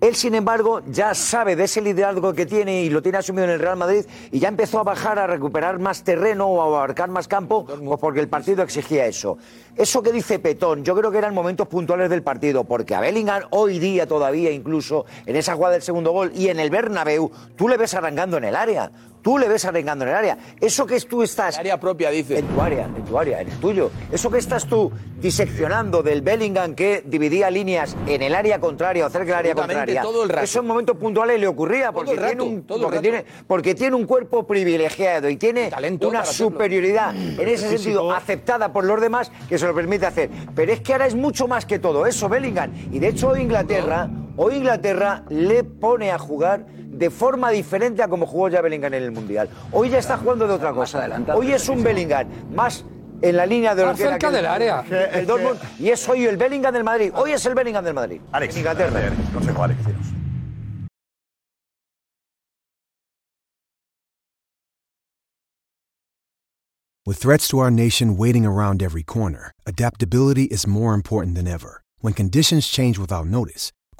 Él, sin embargo, ya sabe de ese liderazgo que tiene y lo tiene asumido en el Real Madrid y ya empezó a bajar, a recuperar más terreno o a abarcar más campo, pues porque el partido exigía eso. Eso que dice Petón, yo creo que eran momentos puntuales del partido, porque a Bellingham hoy día todavía, incluso en esa jugada del segundo gol y en el Bernabéu, tú le ves arrancando en el área. Tú le ves arrancando en el área. Eso que tú estás. área
propia, dice.
En tu área, en tu área, en el tuyo. Eso que estás tú diseccionando del Bellingham que dividía líneas en el área contraria o cerca del área
Absolutamente,
contraria.
todo el rato.
Eso en momentos puntuales le ocurría
Todo el
porque, tiene,
rato,
un,
todo el
porque,
rato.
tiene, porque tiene un cuerpo privilegiado y tiene una
para hacerlo.
superioridad
Mm,
en ese
Físico.
sentido aceptada por los demás que se lo permite hacer. Pero es que ahora es mucho más que todo eso, Bellingham. Y de hecho hoy Inglaterra, hoy Inglaterra le pone a jugar de forma diferente a como jugó ya Bellingham en el Mundial. Hoy ya está jugando de otra cosa. Hoy es un Bellingham más en la línea de lo
Más
que era
cerca
aquel-
del área.
el Dortmund. y es hoy el Bellingham del Madrid. Hoy es el Bellingham del Madrid.
Alex,
En Inglaterra.
Consejo, Alex. dinos.
With threats to our nation waiting around every corner, adaptability is more important than ever. When conditions change without notice,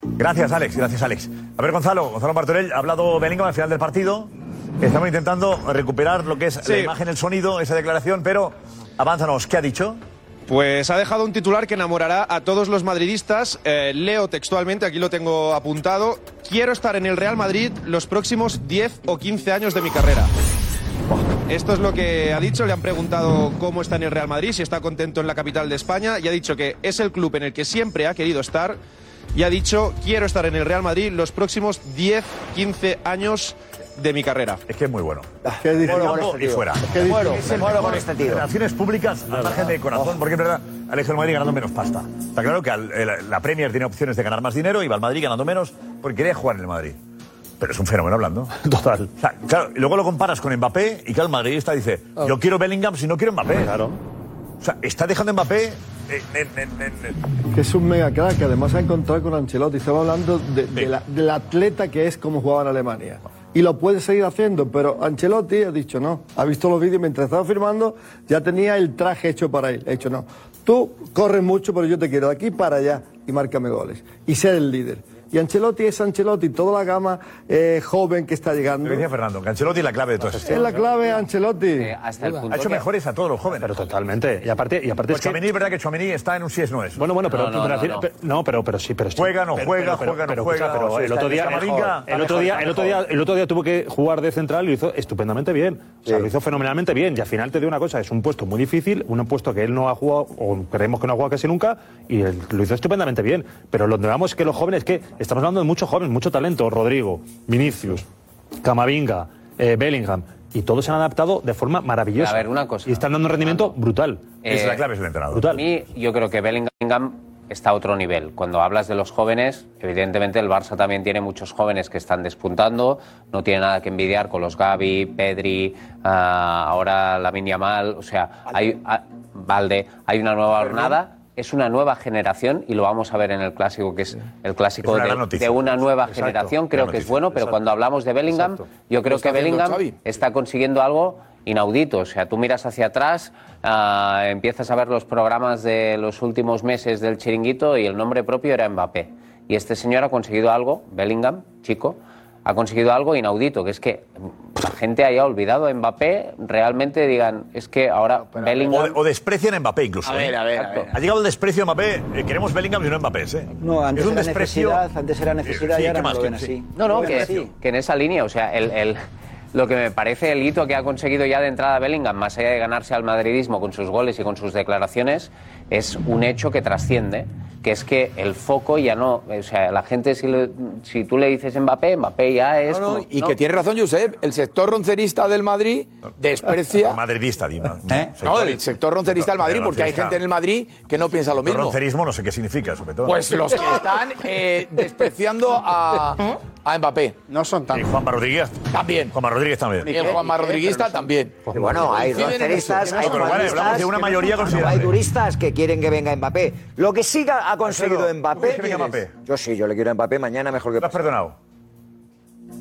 Gracias, Alex. Gracias, Alex. A ver, Gonzalo. Gonzalo Martorell ha hablado Bellingham al final del partido. Estamos intentando recuperar lo que es la imagen, el sonido, esa declaración, pero avánzanos. ¿Qué ha dicho?
Pues ha dejado un titular que enamorará a todos los madridistas. Eh, leo textualmente, aquí lo tengo apuntado. Quiero estar en el Real Madrid los próximos 10 o 15 años de mi carrera. Esto es lo que ha dicho. Le han preguntado cómo está en el Real Madrid, si está contento en la capital de España. Y ha dicho que es el club en el que siempre ha querido estar. Y ha dicho, quiero estar en el Real Madrid los próximos 10, 15 años de mi carrera.
Es que es muy bueno.
¿Qué dice?
Muero con este tío.
¿Qué dice?
Muero, me muero con este tío. Relaciones públicas al margen de corazón, porque es verdad, Alex el Madrid ganando menos pasta. Está claro que al- el- la Premier tiene opciones de ganar más dinero y va al Madrid ganando menos porque quería jugar en el Madrid. Pero es un fenómeno hablando.
Total.
O sea, claro, y luego lo comparas con Mbappé y claro, el madridista dice, yo quiero Bellingham si no quiero Mbappé. Claro. O sea, está dejando a Mbappé en- en- en- en- en-
Que es un mega crack, que además ha encontrado con Ancelotti. Estaba hablando de, de la- del atleta que es como jugaba en Alemania. Y lo puede seguir haciendo, pero Ancelotti ha dicho no. Ha visto los vídeos mientras estaba firmando, ya tenía el traje hecho para él. Ha dicho no. Tú corres mucho, pero yo te quiero de aquí para allá y márcame goles. Y ser el líder. Y Ancelotti es Ancelotti, toda la gama eh, joven que está llegando.
Lo que decía Fernando, que Ancelotti es la clave de todo esto.
Es la clave, Ancelotti.
Eh, ha hecho mejores a todos los jóvenes. Pero
totalmente. Y aparte, y aparte
Pues Tchouaméni, es verdad que Chomení está en un sí es no es.
Bueno, bueno, pero pero decir- pe- no, pero pero sí, pero sí.
Juega, no
Pero-
juega,
pero-
juega, no
pero,
juega,
escucha, pero
sí,
el
está
otro
bien,
día,
está mejor,
el otro
está
día,
mejor,
el otro
está
día,
mejor.
el otro día tuvo que jugar de central y lo hizo estupendamente bien. O sea, lo hizo fenomenalmente bien y al final te dio una cosa, es un puesto muy difícil, un puesto que él no ha jugado o creemos que no ha jugado casi nunca y él lo hizo estupendamente bien, pero lo que vamos es que los jóvenes que estamos hablando de muchos jóvenes, mucho talento, Rodrigo, Vinicius, Camavinga, eh, Bellingham y todos se han adaptado de forma maravillosa.
A ver, una cosa. Ah,
Y están dando un rendimiento brutal.
Eh, A mí, yo creo que Bellingham está a otro nivel. Cuando hablas de los jóvenes, evidentemente el Barça también tiene muchos jóvenes que están despuntando, no tiene nada que envidiar con los Gavi, Pedri, ah, ahora la Yamal, o sea, hay, ah, Valde, hay una nueva jornada. Es una nueva generación y lo vamos a ver en el clásico, que es el clásico
Es una
de-
gran
de,
noticia.
una nueva
Exacto,
generación.
gran
Creo que es
noticia,
bueno, pero
exacto.
cuando hablamos de Bellingham, yo creo
está
que
haciendo
Bellingham
Xavi.
está consiguiendo algo inaudito. O sea, tú miras hacia atrás, ah, empiezas a ver los programas de los últimos meses del chiringuito y el nombre propio era Mbappé. Y este señor ha conseguido algo, Bellingham, chico, ha conseguido algo inaudito, que es que la gente haya olvidado a Mbappé, realmente digan, es que ahora Bellingham...
O, o desprecian a Mbappé incluso.
A ver,
¿eh?
a ver, a
Exacto.
ver.
Ha llegado el desprecio a Mbappé. eh, queremos Bellingham y no Mbappé. ¿eh?
No, antes
es un
era
desprecio.
necesidad, antes era necesidad y
sí, ¿qué
ahora no
más?
lo ven
Sí.
así.
No, no,
Lo ven
que,
así.
que en esa línea, o sea, el, el- lo que me parece el hito que ha conseguido ya de entrada Bellingham, más allá de ganarse al madridismo con sus goles y con sus declaraciones, es un hecho que trasciende, que es que el foco ya no, o sea, la gente si, le- si tú le dices Mbappé, Mbappé ya es... como-
Y
no.
que tiene razón, Josep, el sector roncerista del Madrid desprecia.
Madridista, Dima.
¿Eh?
No, el sector roncerista del Madrid, porque hay gente en el Madrid que no piensa lo
El
mismo.
roncerismo no sé qué significa, sobre todo.
Pues los
[laughs]
que están eh, despreciando a, a Mbappé.
No son tan.
Y Juanma Rodríguez.
También.
Juanma Rodríguez también.
Y el Juanma Rodriguista también.
Bueno, hay
Coinciden en
rosteristas,
eso.
hay
Pero vale,
futbolistas
hablamos de una
que no
mayoría
son-
considerable.
Hay turistas que quieren que venga Mbappé. Lo que sí ha ha conseguido
Marcelo, ¿tú
Mbappé,
quieres que Mbappé?
Yo sí, yo le quiero a Mbappé mañana mejor que. ¿Lo
has perdonado?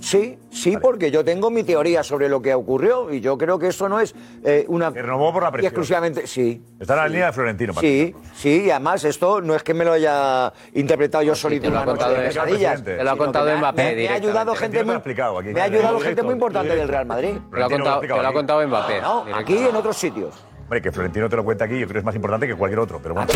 Sí, sí, porque yo tengo mi teoría sobre lo que ocurrió y yo creo que eso no es eh, una. renovó por la
presión.
exclusivamente, sí.
Está en la
Sí.
línea de Florentino.
Sí, sí, y además esto no es que me lo haya interpretado yo solito
Pues te
una
lo ha
noche
contado
de
el-
pesadillas.
te lo ha
sino
contado
que me ha-
Mbappé
me ha- Me ha
directamente.
ayudado
Florentino
gente
te lo ha
muy,
explicado aquí,
me ha
en el
ayudado
directo,
gente muy importante del Real Madrid.
Te lo ha contado- te lo ha contado
No,
Mbappé,
no, aquí
directamente.
en otros sitios.
Hombre, que Florentino te lo cuenta aquí, yo creo que es más importante que cualquier otro. Pero bueno.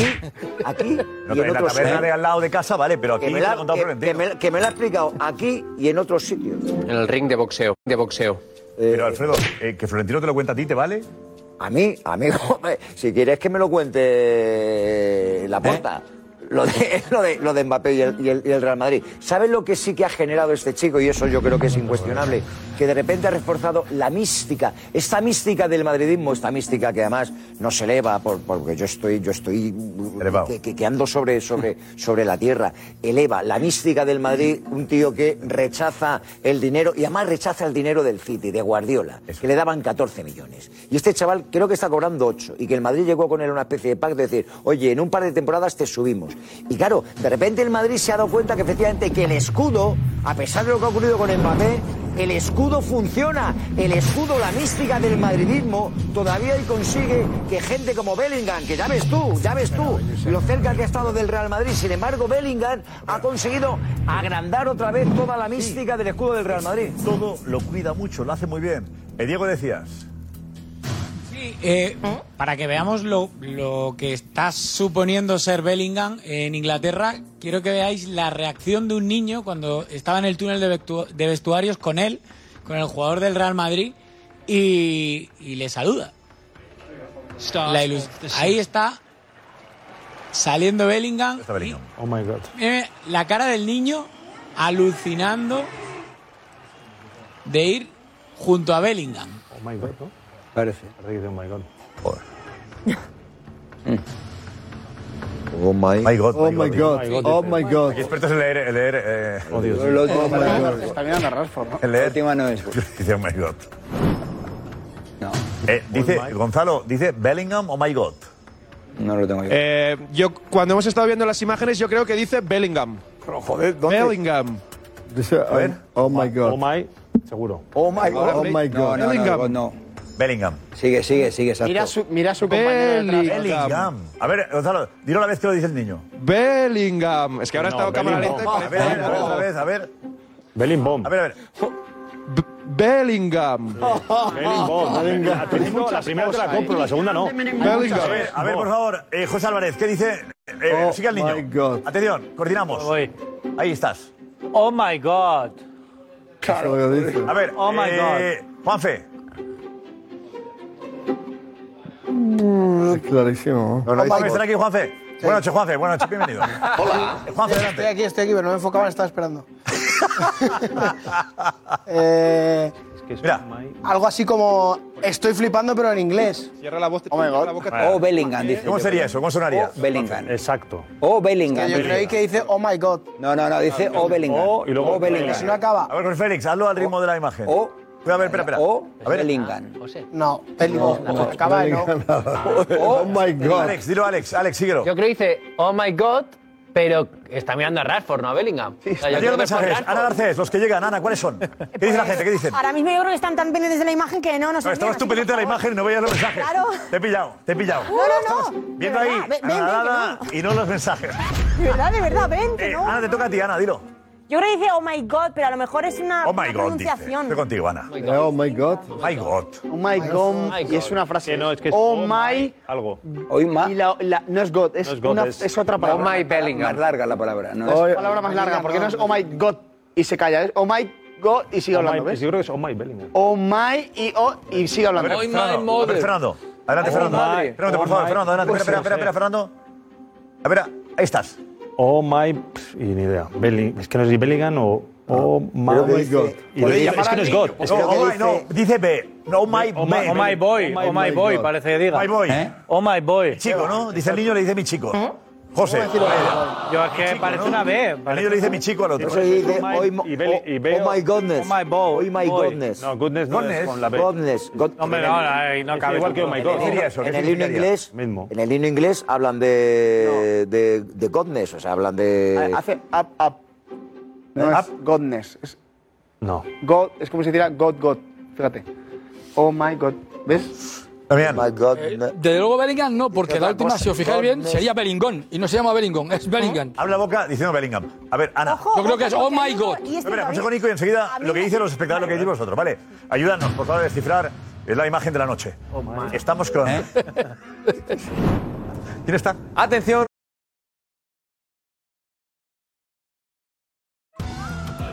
Aquí
No,
y en
en la
otros
taberna
sitios.
de al lado de casa, vale, pero aquí
que me,
te lo
la,
ha contado
que-
Florentino.
que me- que me la ha explicado aquí y en otros sitios. Eh,
En el ring de boxeo, de boxeo.
Pero Alfredo, eh, que Florentino te lo cuenta a ti, ¿te vale?
A mí, [laughs] amigo, me- si quieres que me lo cuente
¿Eh?
la porta. Lo de, [laughs] lo, de, lo de Mbappé y el, y el- y el Real Madrid. ¿Sabes lo que sí que ha generado este chico? Y eso yo creo que es incuestionable. Que de repente ha reforzado la mística. Esta mística del madridismo, esta mística que además no se eleva, por- porque yo estoy, yo estoy que, que- que ando sobre, sobre, sobre la tierra. Eleva la mística del Madrid, un tío que rechaza el dinero y además rechaza el dinero del City, de Guardiola, que le daban 14 millones. Y este chaval creo que está cobrando 8 y que el Madrid llegó con él a una especie de pacto de decir, oye, en un par de temporadas te subimos. Y claro, de repente el Madrid se ha dado cuenta que efectivamente que el escudo, a pesar de lo que ha ocurrido con Mbappé, el escudo funciona, el escudo, la mística del madridismo, todavía y consigue que gente como Bellingham, que ya ves tú, ya ves tú, lo cerca que ha estado del Real Madrid, sin embargo Bellingham ha conseguido agrandar otra vez toda la mística del escudo del Real Madrid.
Todo lo cuida mucho, lo hace muy bien. Eh, Diego decías.
Sí, eh, para que veamos lo, lo que está suponiendo ser Bellingham en Inglaterra, quiero que veáis la reacción de un niño cuando estaba en el túnel de, vectu- de vestuarios con él, con el jugador del Real Madrid, y, y le saluda. La ilus- Ahí está saliendo Bellingham.
Oh my God.
Eh, la cara del niño alucinando de ir junto a Bellingham.
Oh my God, ¿no?
Parece.
Parece que dice oh my God.
Oh my,
god.
Oh my god. Oh my god.
Aquí expertos en leer. en leer eh, oh
Dios. Lo- lo-
Está mirando a Rashford, ¿no?
En leer.
última no es.
[laughs] Dice oh my god. Eh, dice, Gonzalo, dice Bellingham, oh my god.
No lo tengo
Eh, yo, cuando hemos estado viendo las imágenes, yo creo que dice Bellingham.
joder,
Bellingham.
Dice, a ver, oh my god.
Oh my, seguro.
Oh my
god. Oh my
No, no,
god.
no,
Bellingham.
no.
Bellingham.
Sigue, sigue, sigue, exacto.
Mira su, mira su compañero de trabajo.
Bellingham. A ver, Gonzalo, dilo la vez que lo dice el niño.
Bellingham. Es que ahora
No,
está en cámara
Bellingham.
lenta. y parece-
A ver, a ver, a ver, a ver.
Bellingham.
A ver, a ver.
Bellingham.
Bellingham.
Bellingham.
A tu hijo, La primera te la compro, la segunda no.
A ver, a ver, por favor, eh, José Álvarez, ¿qué dice? Eh, sigue al niño. Atención, coordinamos. Ahí estás.
Oh my God.
Claro. A ver,
Oh my
eh, Juanfe.
Es clarísimo. Oh
Juanfe, ¿están aquí, Juanfe? Buenas noches, Juanfe. Buenas noches,
[laughs]
bienvenido.
Hola.
Juanfe,
estoy aquí, estoy aquí, pero no me enfocaba, estaba
[laughs]
esperando. Eh,
Mira.
algo así como estoy flipando, pero en inglés.
Cierra la voz.
Oh Bellingham, dice.
¿Cómo
yo
sería
creo.
eso? ¿Cómo sonaría?
Oh Bellingham.
Exacto.
Oh Bellingham.
Yo creí que dice oh my god.
No, no, no, dice oh Bellingham.
Oh, y luego-
oh Bellingham.
Si no acaba.
A ver, Jorge Félix, hazlo al ritmo de la imagen.
O.
Cuidado, a ver, espera, espera. a ver.
oh, Bellingham.
No, Bellingham.
Oh,
acaba en no.
Ah. Alex, dilo, Alex. Alex, síguelo.
Yo creo que dice, oh my God, Pero está mirando a Rashford, no a Bellingham. O sea, yo
Ayer
creo
los
que es por
mensajes.
Rashford.
Ana Garcés, los que llegan, Ana, ¿cuáles son? ¿Qué dice la gente? ¿Qué
Ah,
dicen?
Ahora mismo yo creo que están tan pendientes de la imagen que no, no
No,
sé.
estabas tú pendiente de la imagen y no veías los mensajes. [laughs]
Claro.
Te he pillado, te he pillado.
No, no,
Estabas
no. de
Viendo ahí
verdad, ven, ven,
nada,
ven,
nada,
que
y no los mensajes.
De verdad, de verdad, ven, que
Eh,
no.
Ana, te toca a ti, Ana, dilo.
Yo creo que dice oh my god, pero a lo mejor es una,
Oh
una
my God, dice.
pronunciación.
Estoy contigo, Ana.
Oh my God.
My God.
Oh my God. Y es una frase.
Que no, es que es
oh
oh
my.
Algo.
Hoy Y la, la- no es God, es,
No es God,
una-
es-
es otra palabra.
Oh my Bellingham. Más larga la palabra, ¿no?
es
Oh,
la palabra más
Bellingham,
larga, porque no es
no.
oh my God y se calla. Es oh my God y sigue
Oh
hablando,
my-
¿ves?
Yo creo que es Oh My Bellingham.
Oh my y oh y sigue hablando.
A ver, Oh my Fernando, mother. a ver, Fernando.
Adelante,
Oh
Fernando.
my.
Fernando, por
Oh
favor,
my.
Fernando, adelante.
Pues
Espera,
sí,
espera,
sí.
espera, Fernando. A ver, ahí estás.
Oh my. pff, Y ni idea. Belli- es que no es ni Bellingham o. Oh my.
Ah, Creo que dice-
God. Y
Podéis
es
llamar
que
al
no es
niño,
God.
por
es que
favor.
creo que
Oh my, no, dice B. No, oh my,
Oh my-
B.
oh my boy,
My
oh my boy,
God.
parece que diga.
My boy.
¿Eh?
Oh my boy. Chico, ¿no? Dice el niño, le dice mi chico. José.
Yo es que parece una B.
El niño le dice mi chico al otro.
Eso dice,
Oh my-
hoy
y Belli- y Bello-
my
godness.
Oh my boy.
Oh my
boy.
goodness.
No, goodness no
Goodness.
es con la B.
Goodness. God-
Hombre, no, ahí no
Es
cabe.
igual que oh my God.
¿Qué diría eso? ¿Qué
En el himno
significaría?
inglés,
Mismo.
en el himno inglés hablan de, de, de godness, o sea, hablan de...
Pues Ah, Hace up up. No es Godness. Es
No.
God, es como si dijera God God. Fíjate. Oh my God. ¿Ves?
También.
Oh my God.
Eh,
Desde luego Bellingham no, porque
Otra
la última,
cosa.
si os fijáis bien,
Goodness.
sería Bellingón. Y no se llama Bellingón, es Bellingham.
Habla boca diciendo Bellingham. A ver, Ana.
Yo creo que es Oh my God.
Espera, consejo Nico y enseguida lo que dicen los espectadores, lo que decís vosotros, ¿vale? Ayúdanos, por favor, a descifrar es la imagen de la noche.
¿Eh?
Estamos con... [laughs] ¿Quién está?
Atención.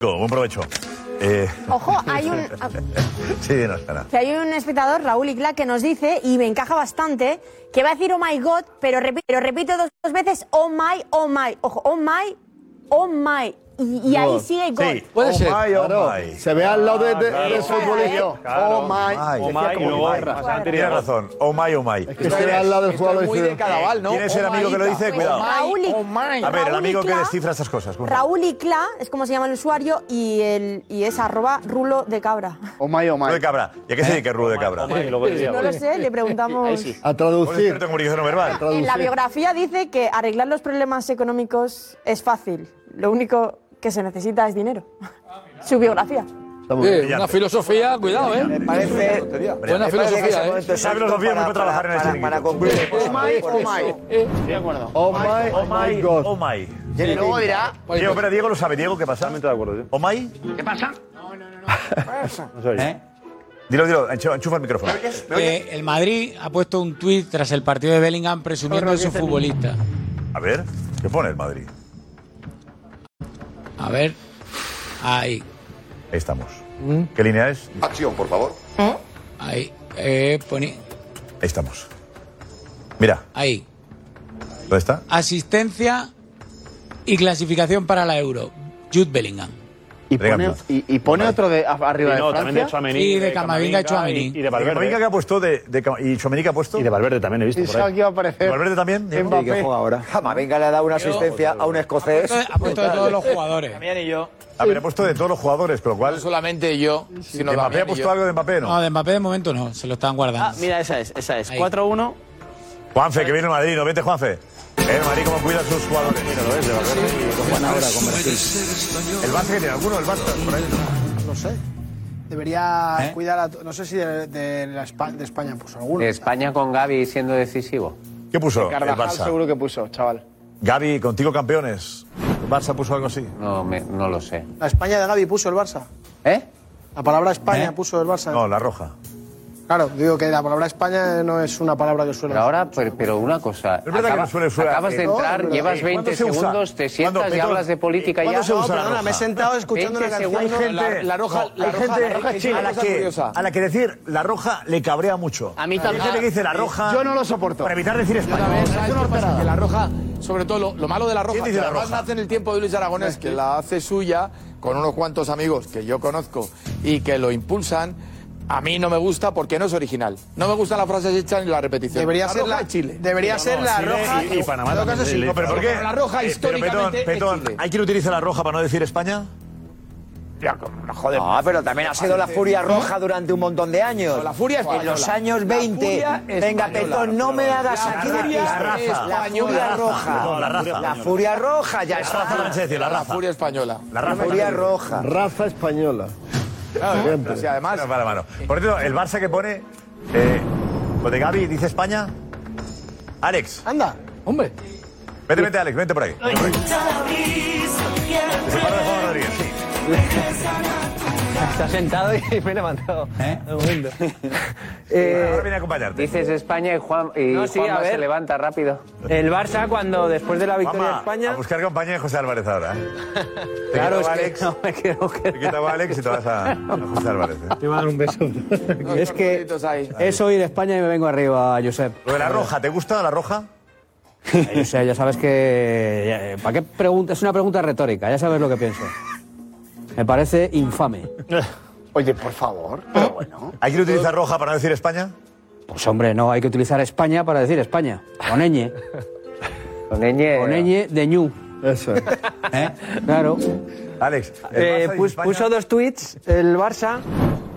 Buen provecho. Eh, [laughs]
Ojo, hay un,
sí, dinos, Ana.
que hay un espectador, Raúl Icla, que nos dice, y me encaja bastante, que va a decir oh my god, pero repito, pero repito dos, dos veces oh my, oh my. Ojo, oh my, oh my. Y, y ahí
God.
sigue god.
Oh my, oh my. Se ve al lado de, de,
Ah,
de
claro.
futbolista.
Claro.
Oh my.
Decía como my. Tienes razón. Oh my, oh my.
que se ve al lado del jugador y se-
eh, ¿Quién es el
Oh
amigo que lo dice? Cuidado.
Raúl, Ic-
A ver, el
Oh Raúl
amigo que
Icla-
descifra estas cosas.
Raúl Icla, es como se llama el usuario, y, el, y es arroba rulo de cabra.
Oh my, oh my.
Rulo de cabra. ¿Y a
¿Eh?
qué se dedica el rulo de cabra?
Oh No lo sé, le preguntamos.
A traducir. experto en comunicación no verbal.
En la biografía dice que arreglar los problemas económicos es fácil. Lo único que se necesita es dinero. Su biografía.
Eh, una filosofía, cuidado, ¿eh? Me
parece. Me
Buena
parece que
filosofía,
ese
¿eh?
momento es Esa filosofía
muy para trabajar en el chiringuito.
Para concluir.
Oh my, oh my. Estoy de acuerdo.
Oh my, oh my,
God.
oh my.
Y luego dirá-
Diego, espera, Diego lo sabe. Diego, ¿qué pasa? Totalmente de acuerdo. ¿Oh my?
¿Qué pasa?
[laughs] No soy yo.
¿Eh?
Dilo, dilo, enchu- enchufa el micrófono. Eh,
Que el Madrid ha puesto un tuit tras el partido de Bellingham presumiendo de su futbolista.
A ver, ¿qué pone el Madrid?
A ver. Ahí. ¿Mm?
Ahí estamos. ¿Qué línea es?
Acción, por favor.
Ahí. Eh, pone-
Ahí estamos. Mira,
Ahí.
¿dónde está?
Asistencia y clasificación para la Euro. Jude Bellingham.
Y pone, y, y pone otro de a- arriba
Y
de
no,
Francia.
también de Tchouaméni, Sí, de de Camavinga, Camavinga y Tchouaméni. y- y de Valverde.
Camavinga que ha puesto de, de Cam- y Chomení que ha puesto. Y de
Valverde también he
visto.
Pensaba que iba a aparecer.
Valverde también. ¿eh? Diego?
Mbappé.
Camavinga le ha dado una asistencia a un escocés.
jugadores.
También y yo.
A ver, ha puesto de todos los jugadores, con lo cual.
solamente yo,
sino Mbappé Damián ha y puesto yo. algo de Mbappé, ¿no?
No, de Mbappé de momento no, se lo están guardando.
Ah,
mira, esa es, esa es.
4-1. Juanfe, que viene el Madrid, ¿no? Vete, Juanfe. El Madrid, cómo cuida a sus jugadores. Míralo, es de Valverde. El Barça que tiene alguno, el Barça, por ahí.
No sé. Debería
¿Eh?
cuidar a. No sé si de, de la Espa- de España puso alguno.
De España con Gaby siendo decisivo.
¿Qué puso? El
Carvajal
Barça.
seguro que puso, chaval.
Gaby, contigo campeones. ¿El Barça puso algo así?
No, no lo sé.
La España de Gaby puso el Barça.
¿Eh?
La palabra España puso el Barça.
No, la roja.
Claro, digo que la palabra España no es una palabra que suena.
Pero ahora, pero, pero una cosa.
verdad que
acaba-
no suele- suele
acabas de
hacer.
entrar,
No, es verdad.
llevas
Sí.
20
¿Cuándo se usa?
segundas, te sientas
¿Cuándo?
y hablas de política
¿Cuándo
ya.
se usa la roja?
una
[laughs]
Hay gente- hay gente a la que- a la que decir la roja le cabrea mucho.
A mí
Hay
también.
gente que dice la roja.
Yo no lo soporto.
Para evitar decir España.
¿Sabes qué pasa? Que la roja, sobre todo lo, lo malo de la roja,
¿Quién dice
que
la
además
roja?
nace en el tiempo de Luis Aragonés, que la hace suya con unos cuantos amigos que yo conozco y que lo impulsan. A mí no me gusta porque no es original. No me gustan las frases hechas ni la repetición.
Debería
La
ser
roja
la-
es Chile.
debería
No,
ser
no,
la
Chile
roja-
y- y Panamá
en todo caso,
también,
sí.
sí.
No, pero ¿por qué?
La roja
Eh, pero
históricamente es
Petón, Petón,
Chile.
¿Hay quien utiliza la roja para no decir España? Ah,
Joder. No, pero también ha sido la furia roja durante un montón de años.
la furia
En los
española.
años
La
20.
furia
Venga,
española.
Petón, no me hagas
La
aquí
furia
la
española.
La furia roja.
Perdón, la raza.
La furia roja, ya
La raza,
está.
Sánchez, decir, la raza.
furia española.
La raza
furia
española.
roja.
Raza española. Siempre.
Sí, además. Para mano. Por cierto, el Barça que pone. Eh, lo de Gaby dice España. Alex.
Anda.
Hombre. Vete, vete, Alex, vete por ahí.
Está sentado y me he levantado.
¿Eh?
Un momento. [laughs] Eh,
ahora viene a acompañarte.
Dices España y Juan y
No, sí,
Juanma
a ver.
se levanta rápido.
El Barça, cuando después de la victoria
Juanma,
de España.
A buscar compañía de José Álvarez ahora. ¿eh? Te
Claro,
quitaba
es que
Alex. Te quitaba Alex y te vas a, a José Álvarez.
[laughs]
¿eh?
Te va a dar un beso. es que
ahí.
es hoy de España y me vengo arriba,
[laughs]
Josep.
Lo de la roja, ¿te gusta
[laughs]
la roja?
Ay, Josep, ya sabes que. ¿Para qué pregunta? Es una pregunta retórica, ya sabes lo que pienso. Me parece infame.
Oye, por favor. Pero bueno.
¿Eh? ¿Hay quien utiliza roja para no decir España?
Pues hombre, no, hay que utilizar España para decir España. Con ñ.
Con
[laughs]
ñ.
Con ñ de ñu. ¿Eh?
Eso.
Claro.
Alex. el
Eh,
Barça y
pus-
España-
puso dos tweets el Barça.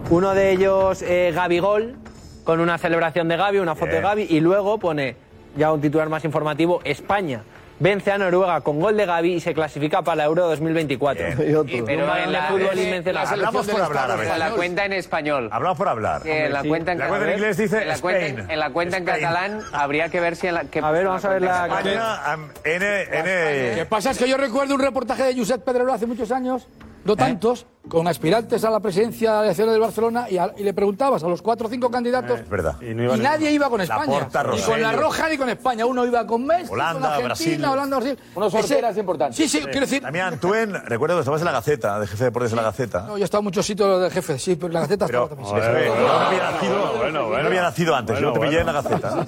Uno de ellos eh, Gabigol, con una celebración de Gabi, una foto
Bien.
de Gabi. Y luego pone, ya un titular más informativo, España. Vence a Noruega con gol de Gabi y se clasifica para la Euro 2024.
Y otro.
Y
Pero
un balón
en
de
la-
fútbol
en-
inmencionable.
la selección Hablamos del por hablar, Estado a ver. español. La cuenta en español.
Hablamos por hablar.
Eh, en la cuenta en,
la cuenta en
catalán-
inglés dice
en la cuenta, en-
Spain.
en la cuenta en
Spain.
catalán habría que ver si en la que
a ver vamos a ver la
España, am- N, N.
Lo que pasa es que yo recuerdo un reportaje de Josep Pedrero hace muchos años, no tantos, con aspirantes a la presidencia de la elección del Barcelona y, a- y le preguntabas a los cuatro o cinco candidatos
Es verdad. Eh, Y,
y nadie iba con España.
Laporta,
ni con la
Rosselló.
Roja ni con España. Uno iba con Messi, con
Holanda,
Argentina,
Brasil.
Holanda, Brasil.
Unos
Ese-
sorteras importantes.
Sí, sí, quiero decir.
También Antuen, recuerdo que estabas en la Gaceta, de jefe de deportes de la Gaceta.
No, yo he estado en muchos sitios del jefe, sí, pero la Gaceta estaba también. sí.
Joder, yo no había
Bueno,
nacido,
bueno,
yo no había nacido antes,
Bueno,
yo te pillé
bueno.
en la Gaceta.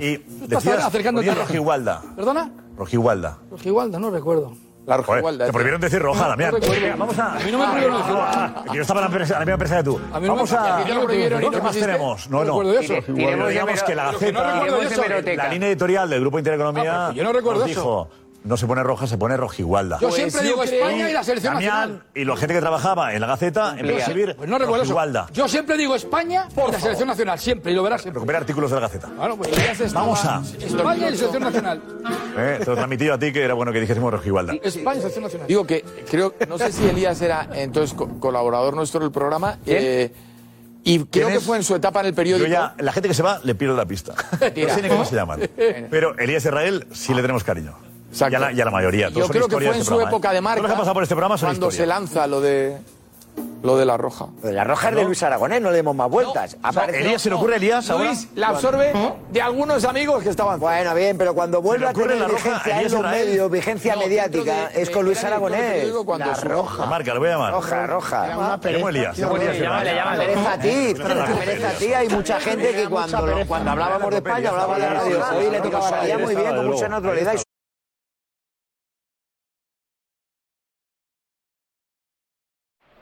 Y
estás
decías,
acercándote
ponías
a la-
Rojigualda.
¿Perdona?
Rojigualda.
Rojigualda, no recuerdo.
La
Rojigualda. Te prohibieron decir roja, Damián.
No recuerdo.
Venga, Vamos a... Ah,
A mí no me prohibieron decir roja.
Que Yo estaba a la, presa- a la misma presa que
A
tú.
mí no me-
Vamos a...
a mí no me prohibieron y no
¿Qué más
quisiste.
tenemos?
No
No, no.
recuerdo eso.
Pero
Tiremos de
digamos
hemeroteca.
que la
Pero que no recuerdo
Gaceta,
Tiremos de eso. hemeroteca.
la línea editorial del Grupo Intereconomía
No, Ah, pero yo no recuerdo
nos
eso.
dijo... No se pone roja, se pone rojigualda.
Yo siempre digo
que
España y la selección
Damián
nacional.
y la gente que trabajaba en la Gaceta empezó a
Yo
escribir
siempre- pues no recuerdo eso.
rojigualda.
Yo siempre digo España por la selección nacional, siempre, y lo verás siempre.
Recuperar artículos de la Gaceta.
Bueno, pues ya se estaba-
Vamos a-
España y selección nacional.
Eh, Te lo transmití yo a ti que era bueno que dijésemos rojigualda.
España y selección nacional.
Digo que creo,
eh,
no sé si Elías era entonces co- colaborador nuestro del programa. eh, y creo que
es?
fue en su etapa en el periódico.
Yo ya, la gente que se va, le pierdo
[laughs]
la pista.
Tira.
No sé ni cómo
[laughs]
se llaman. Pero Elías Israel sí le tenemos cariño. Y a, la, y a la mayoría. Todos
Yo
son
creo que
historias
fue
de
en
este
su
programa, ¿eh?
época de marca.
Todo lo que ha pasado por este programa son
cuando se
historias.
lanza lo de lo de la roja.
De la roja es de Luis Aragonés, no le demos más vueltas. Aparece-
Elías, ¿se le ocurre a Elías ahora?
Luis la absorbe de algunos amigos que estaban.
Bueno, bien, pero cuando vuelve a
ocurre
tener
la roja
vigencia
a
en
Elías
los
Israel.
medios, vigencia
No,
mediática,
dentro de-
es con
de-
Luis
era el director del
Aragonés.
periódico cuando
La
su-
roja.
Marca, lo voy a llamar.
Roja, roja.
¿Cómo Elías?
Te Pereza a ti, pereza a ti. Hay mucha gente que cuando, lo- cuando hablábamos de España hablaba de radio. Hoy le tocaba salía muy bien, con mucha naturalidad. y-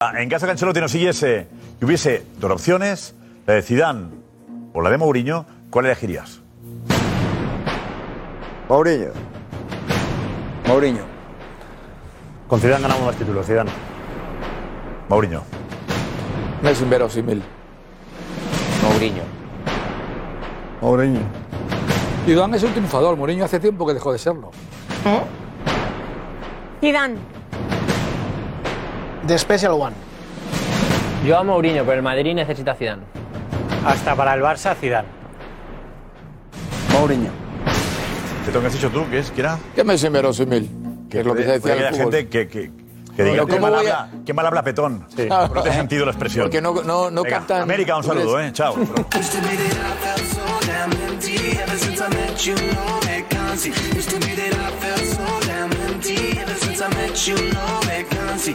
Ah, En caso de que Ancelotti no siguiese y hubiese dos opciones, la de Zidane o la de Mourinho, ¿cuál elegirías?
Mourinho. Mourinho.
Con Zidane ganamos más títulos, Zidane.
Mourinho.
Es inverosímil.
Mourinho.
Mourinho.
Zidane es un triunfador, Mourinho hace tiempo que dejó de serlo.
Zidane.
The Special One.
Yo a Mourinho, pero el Madrid necesita a Zidane.
Hasta para el Barça, Zidane.
Mourinho.
¿Te lo que has dicho tú? ¿Qué es? ¿Qué era?
¿Qué me sembró mil? Que es lo que se decía
Puede que
en el
haya
fútbol.
gente que, que, que
Pero
diga,
¿cómo
¿qué mal,
voy a-
habla, qué mal habla Petón.
Ah, [laughs]
No te he
eh.
sentido la expresión.
Porque no- no- no
Venga,
captan-
América, un saludo, ¿eh? Chao.
Used to be that I felt so damn empty. Ever since I met you, no vacancy. Used to be that I felt so damn empty. Ever since I met you, no vacancy.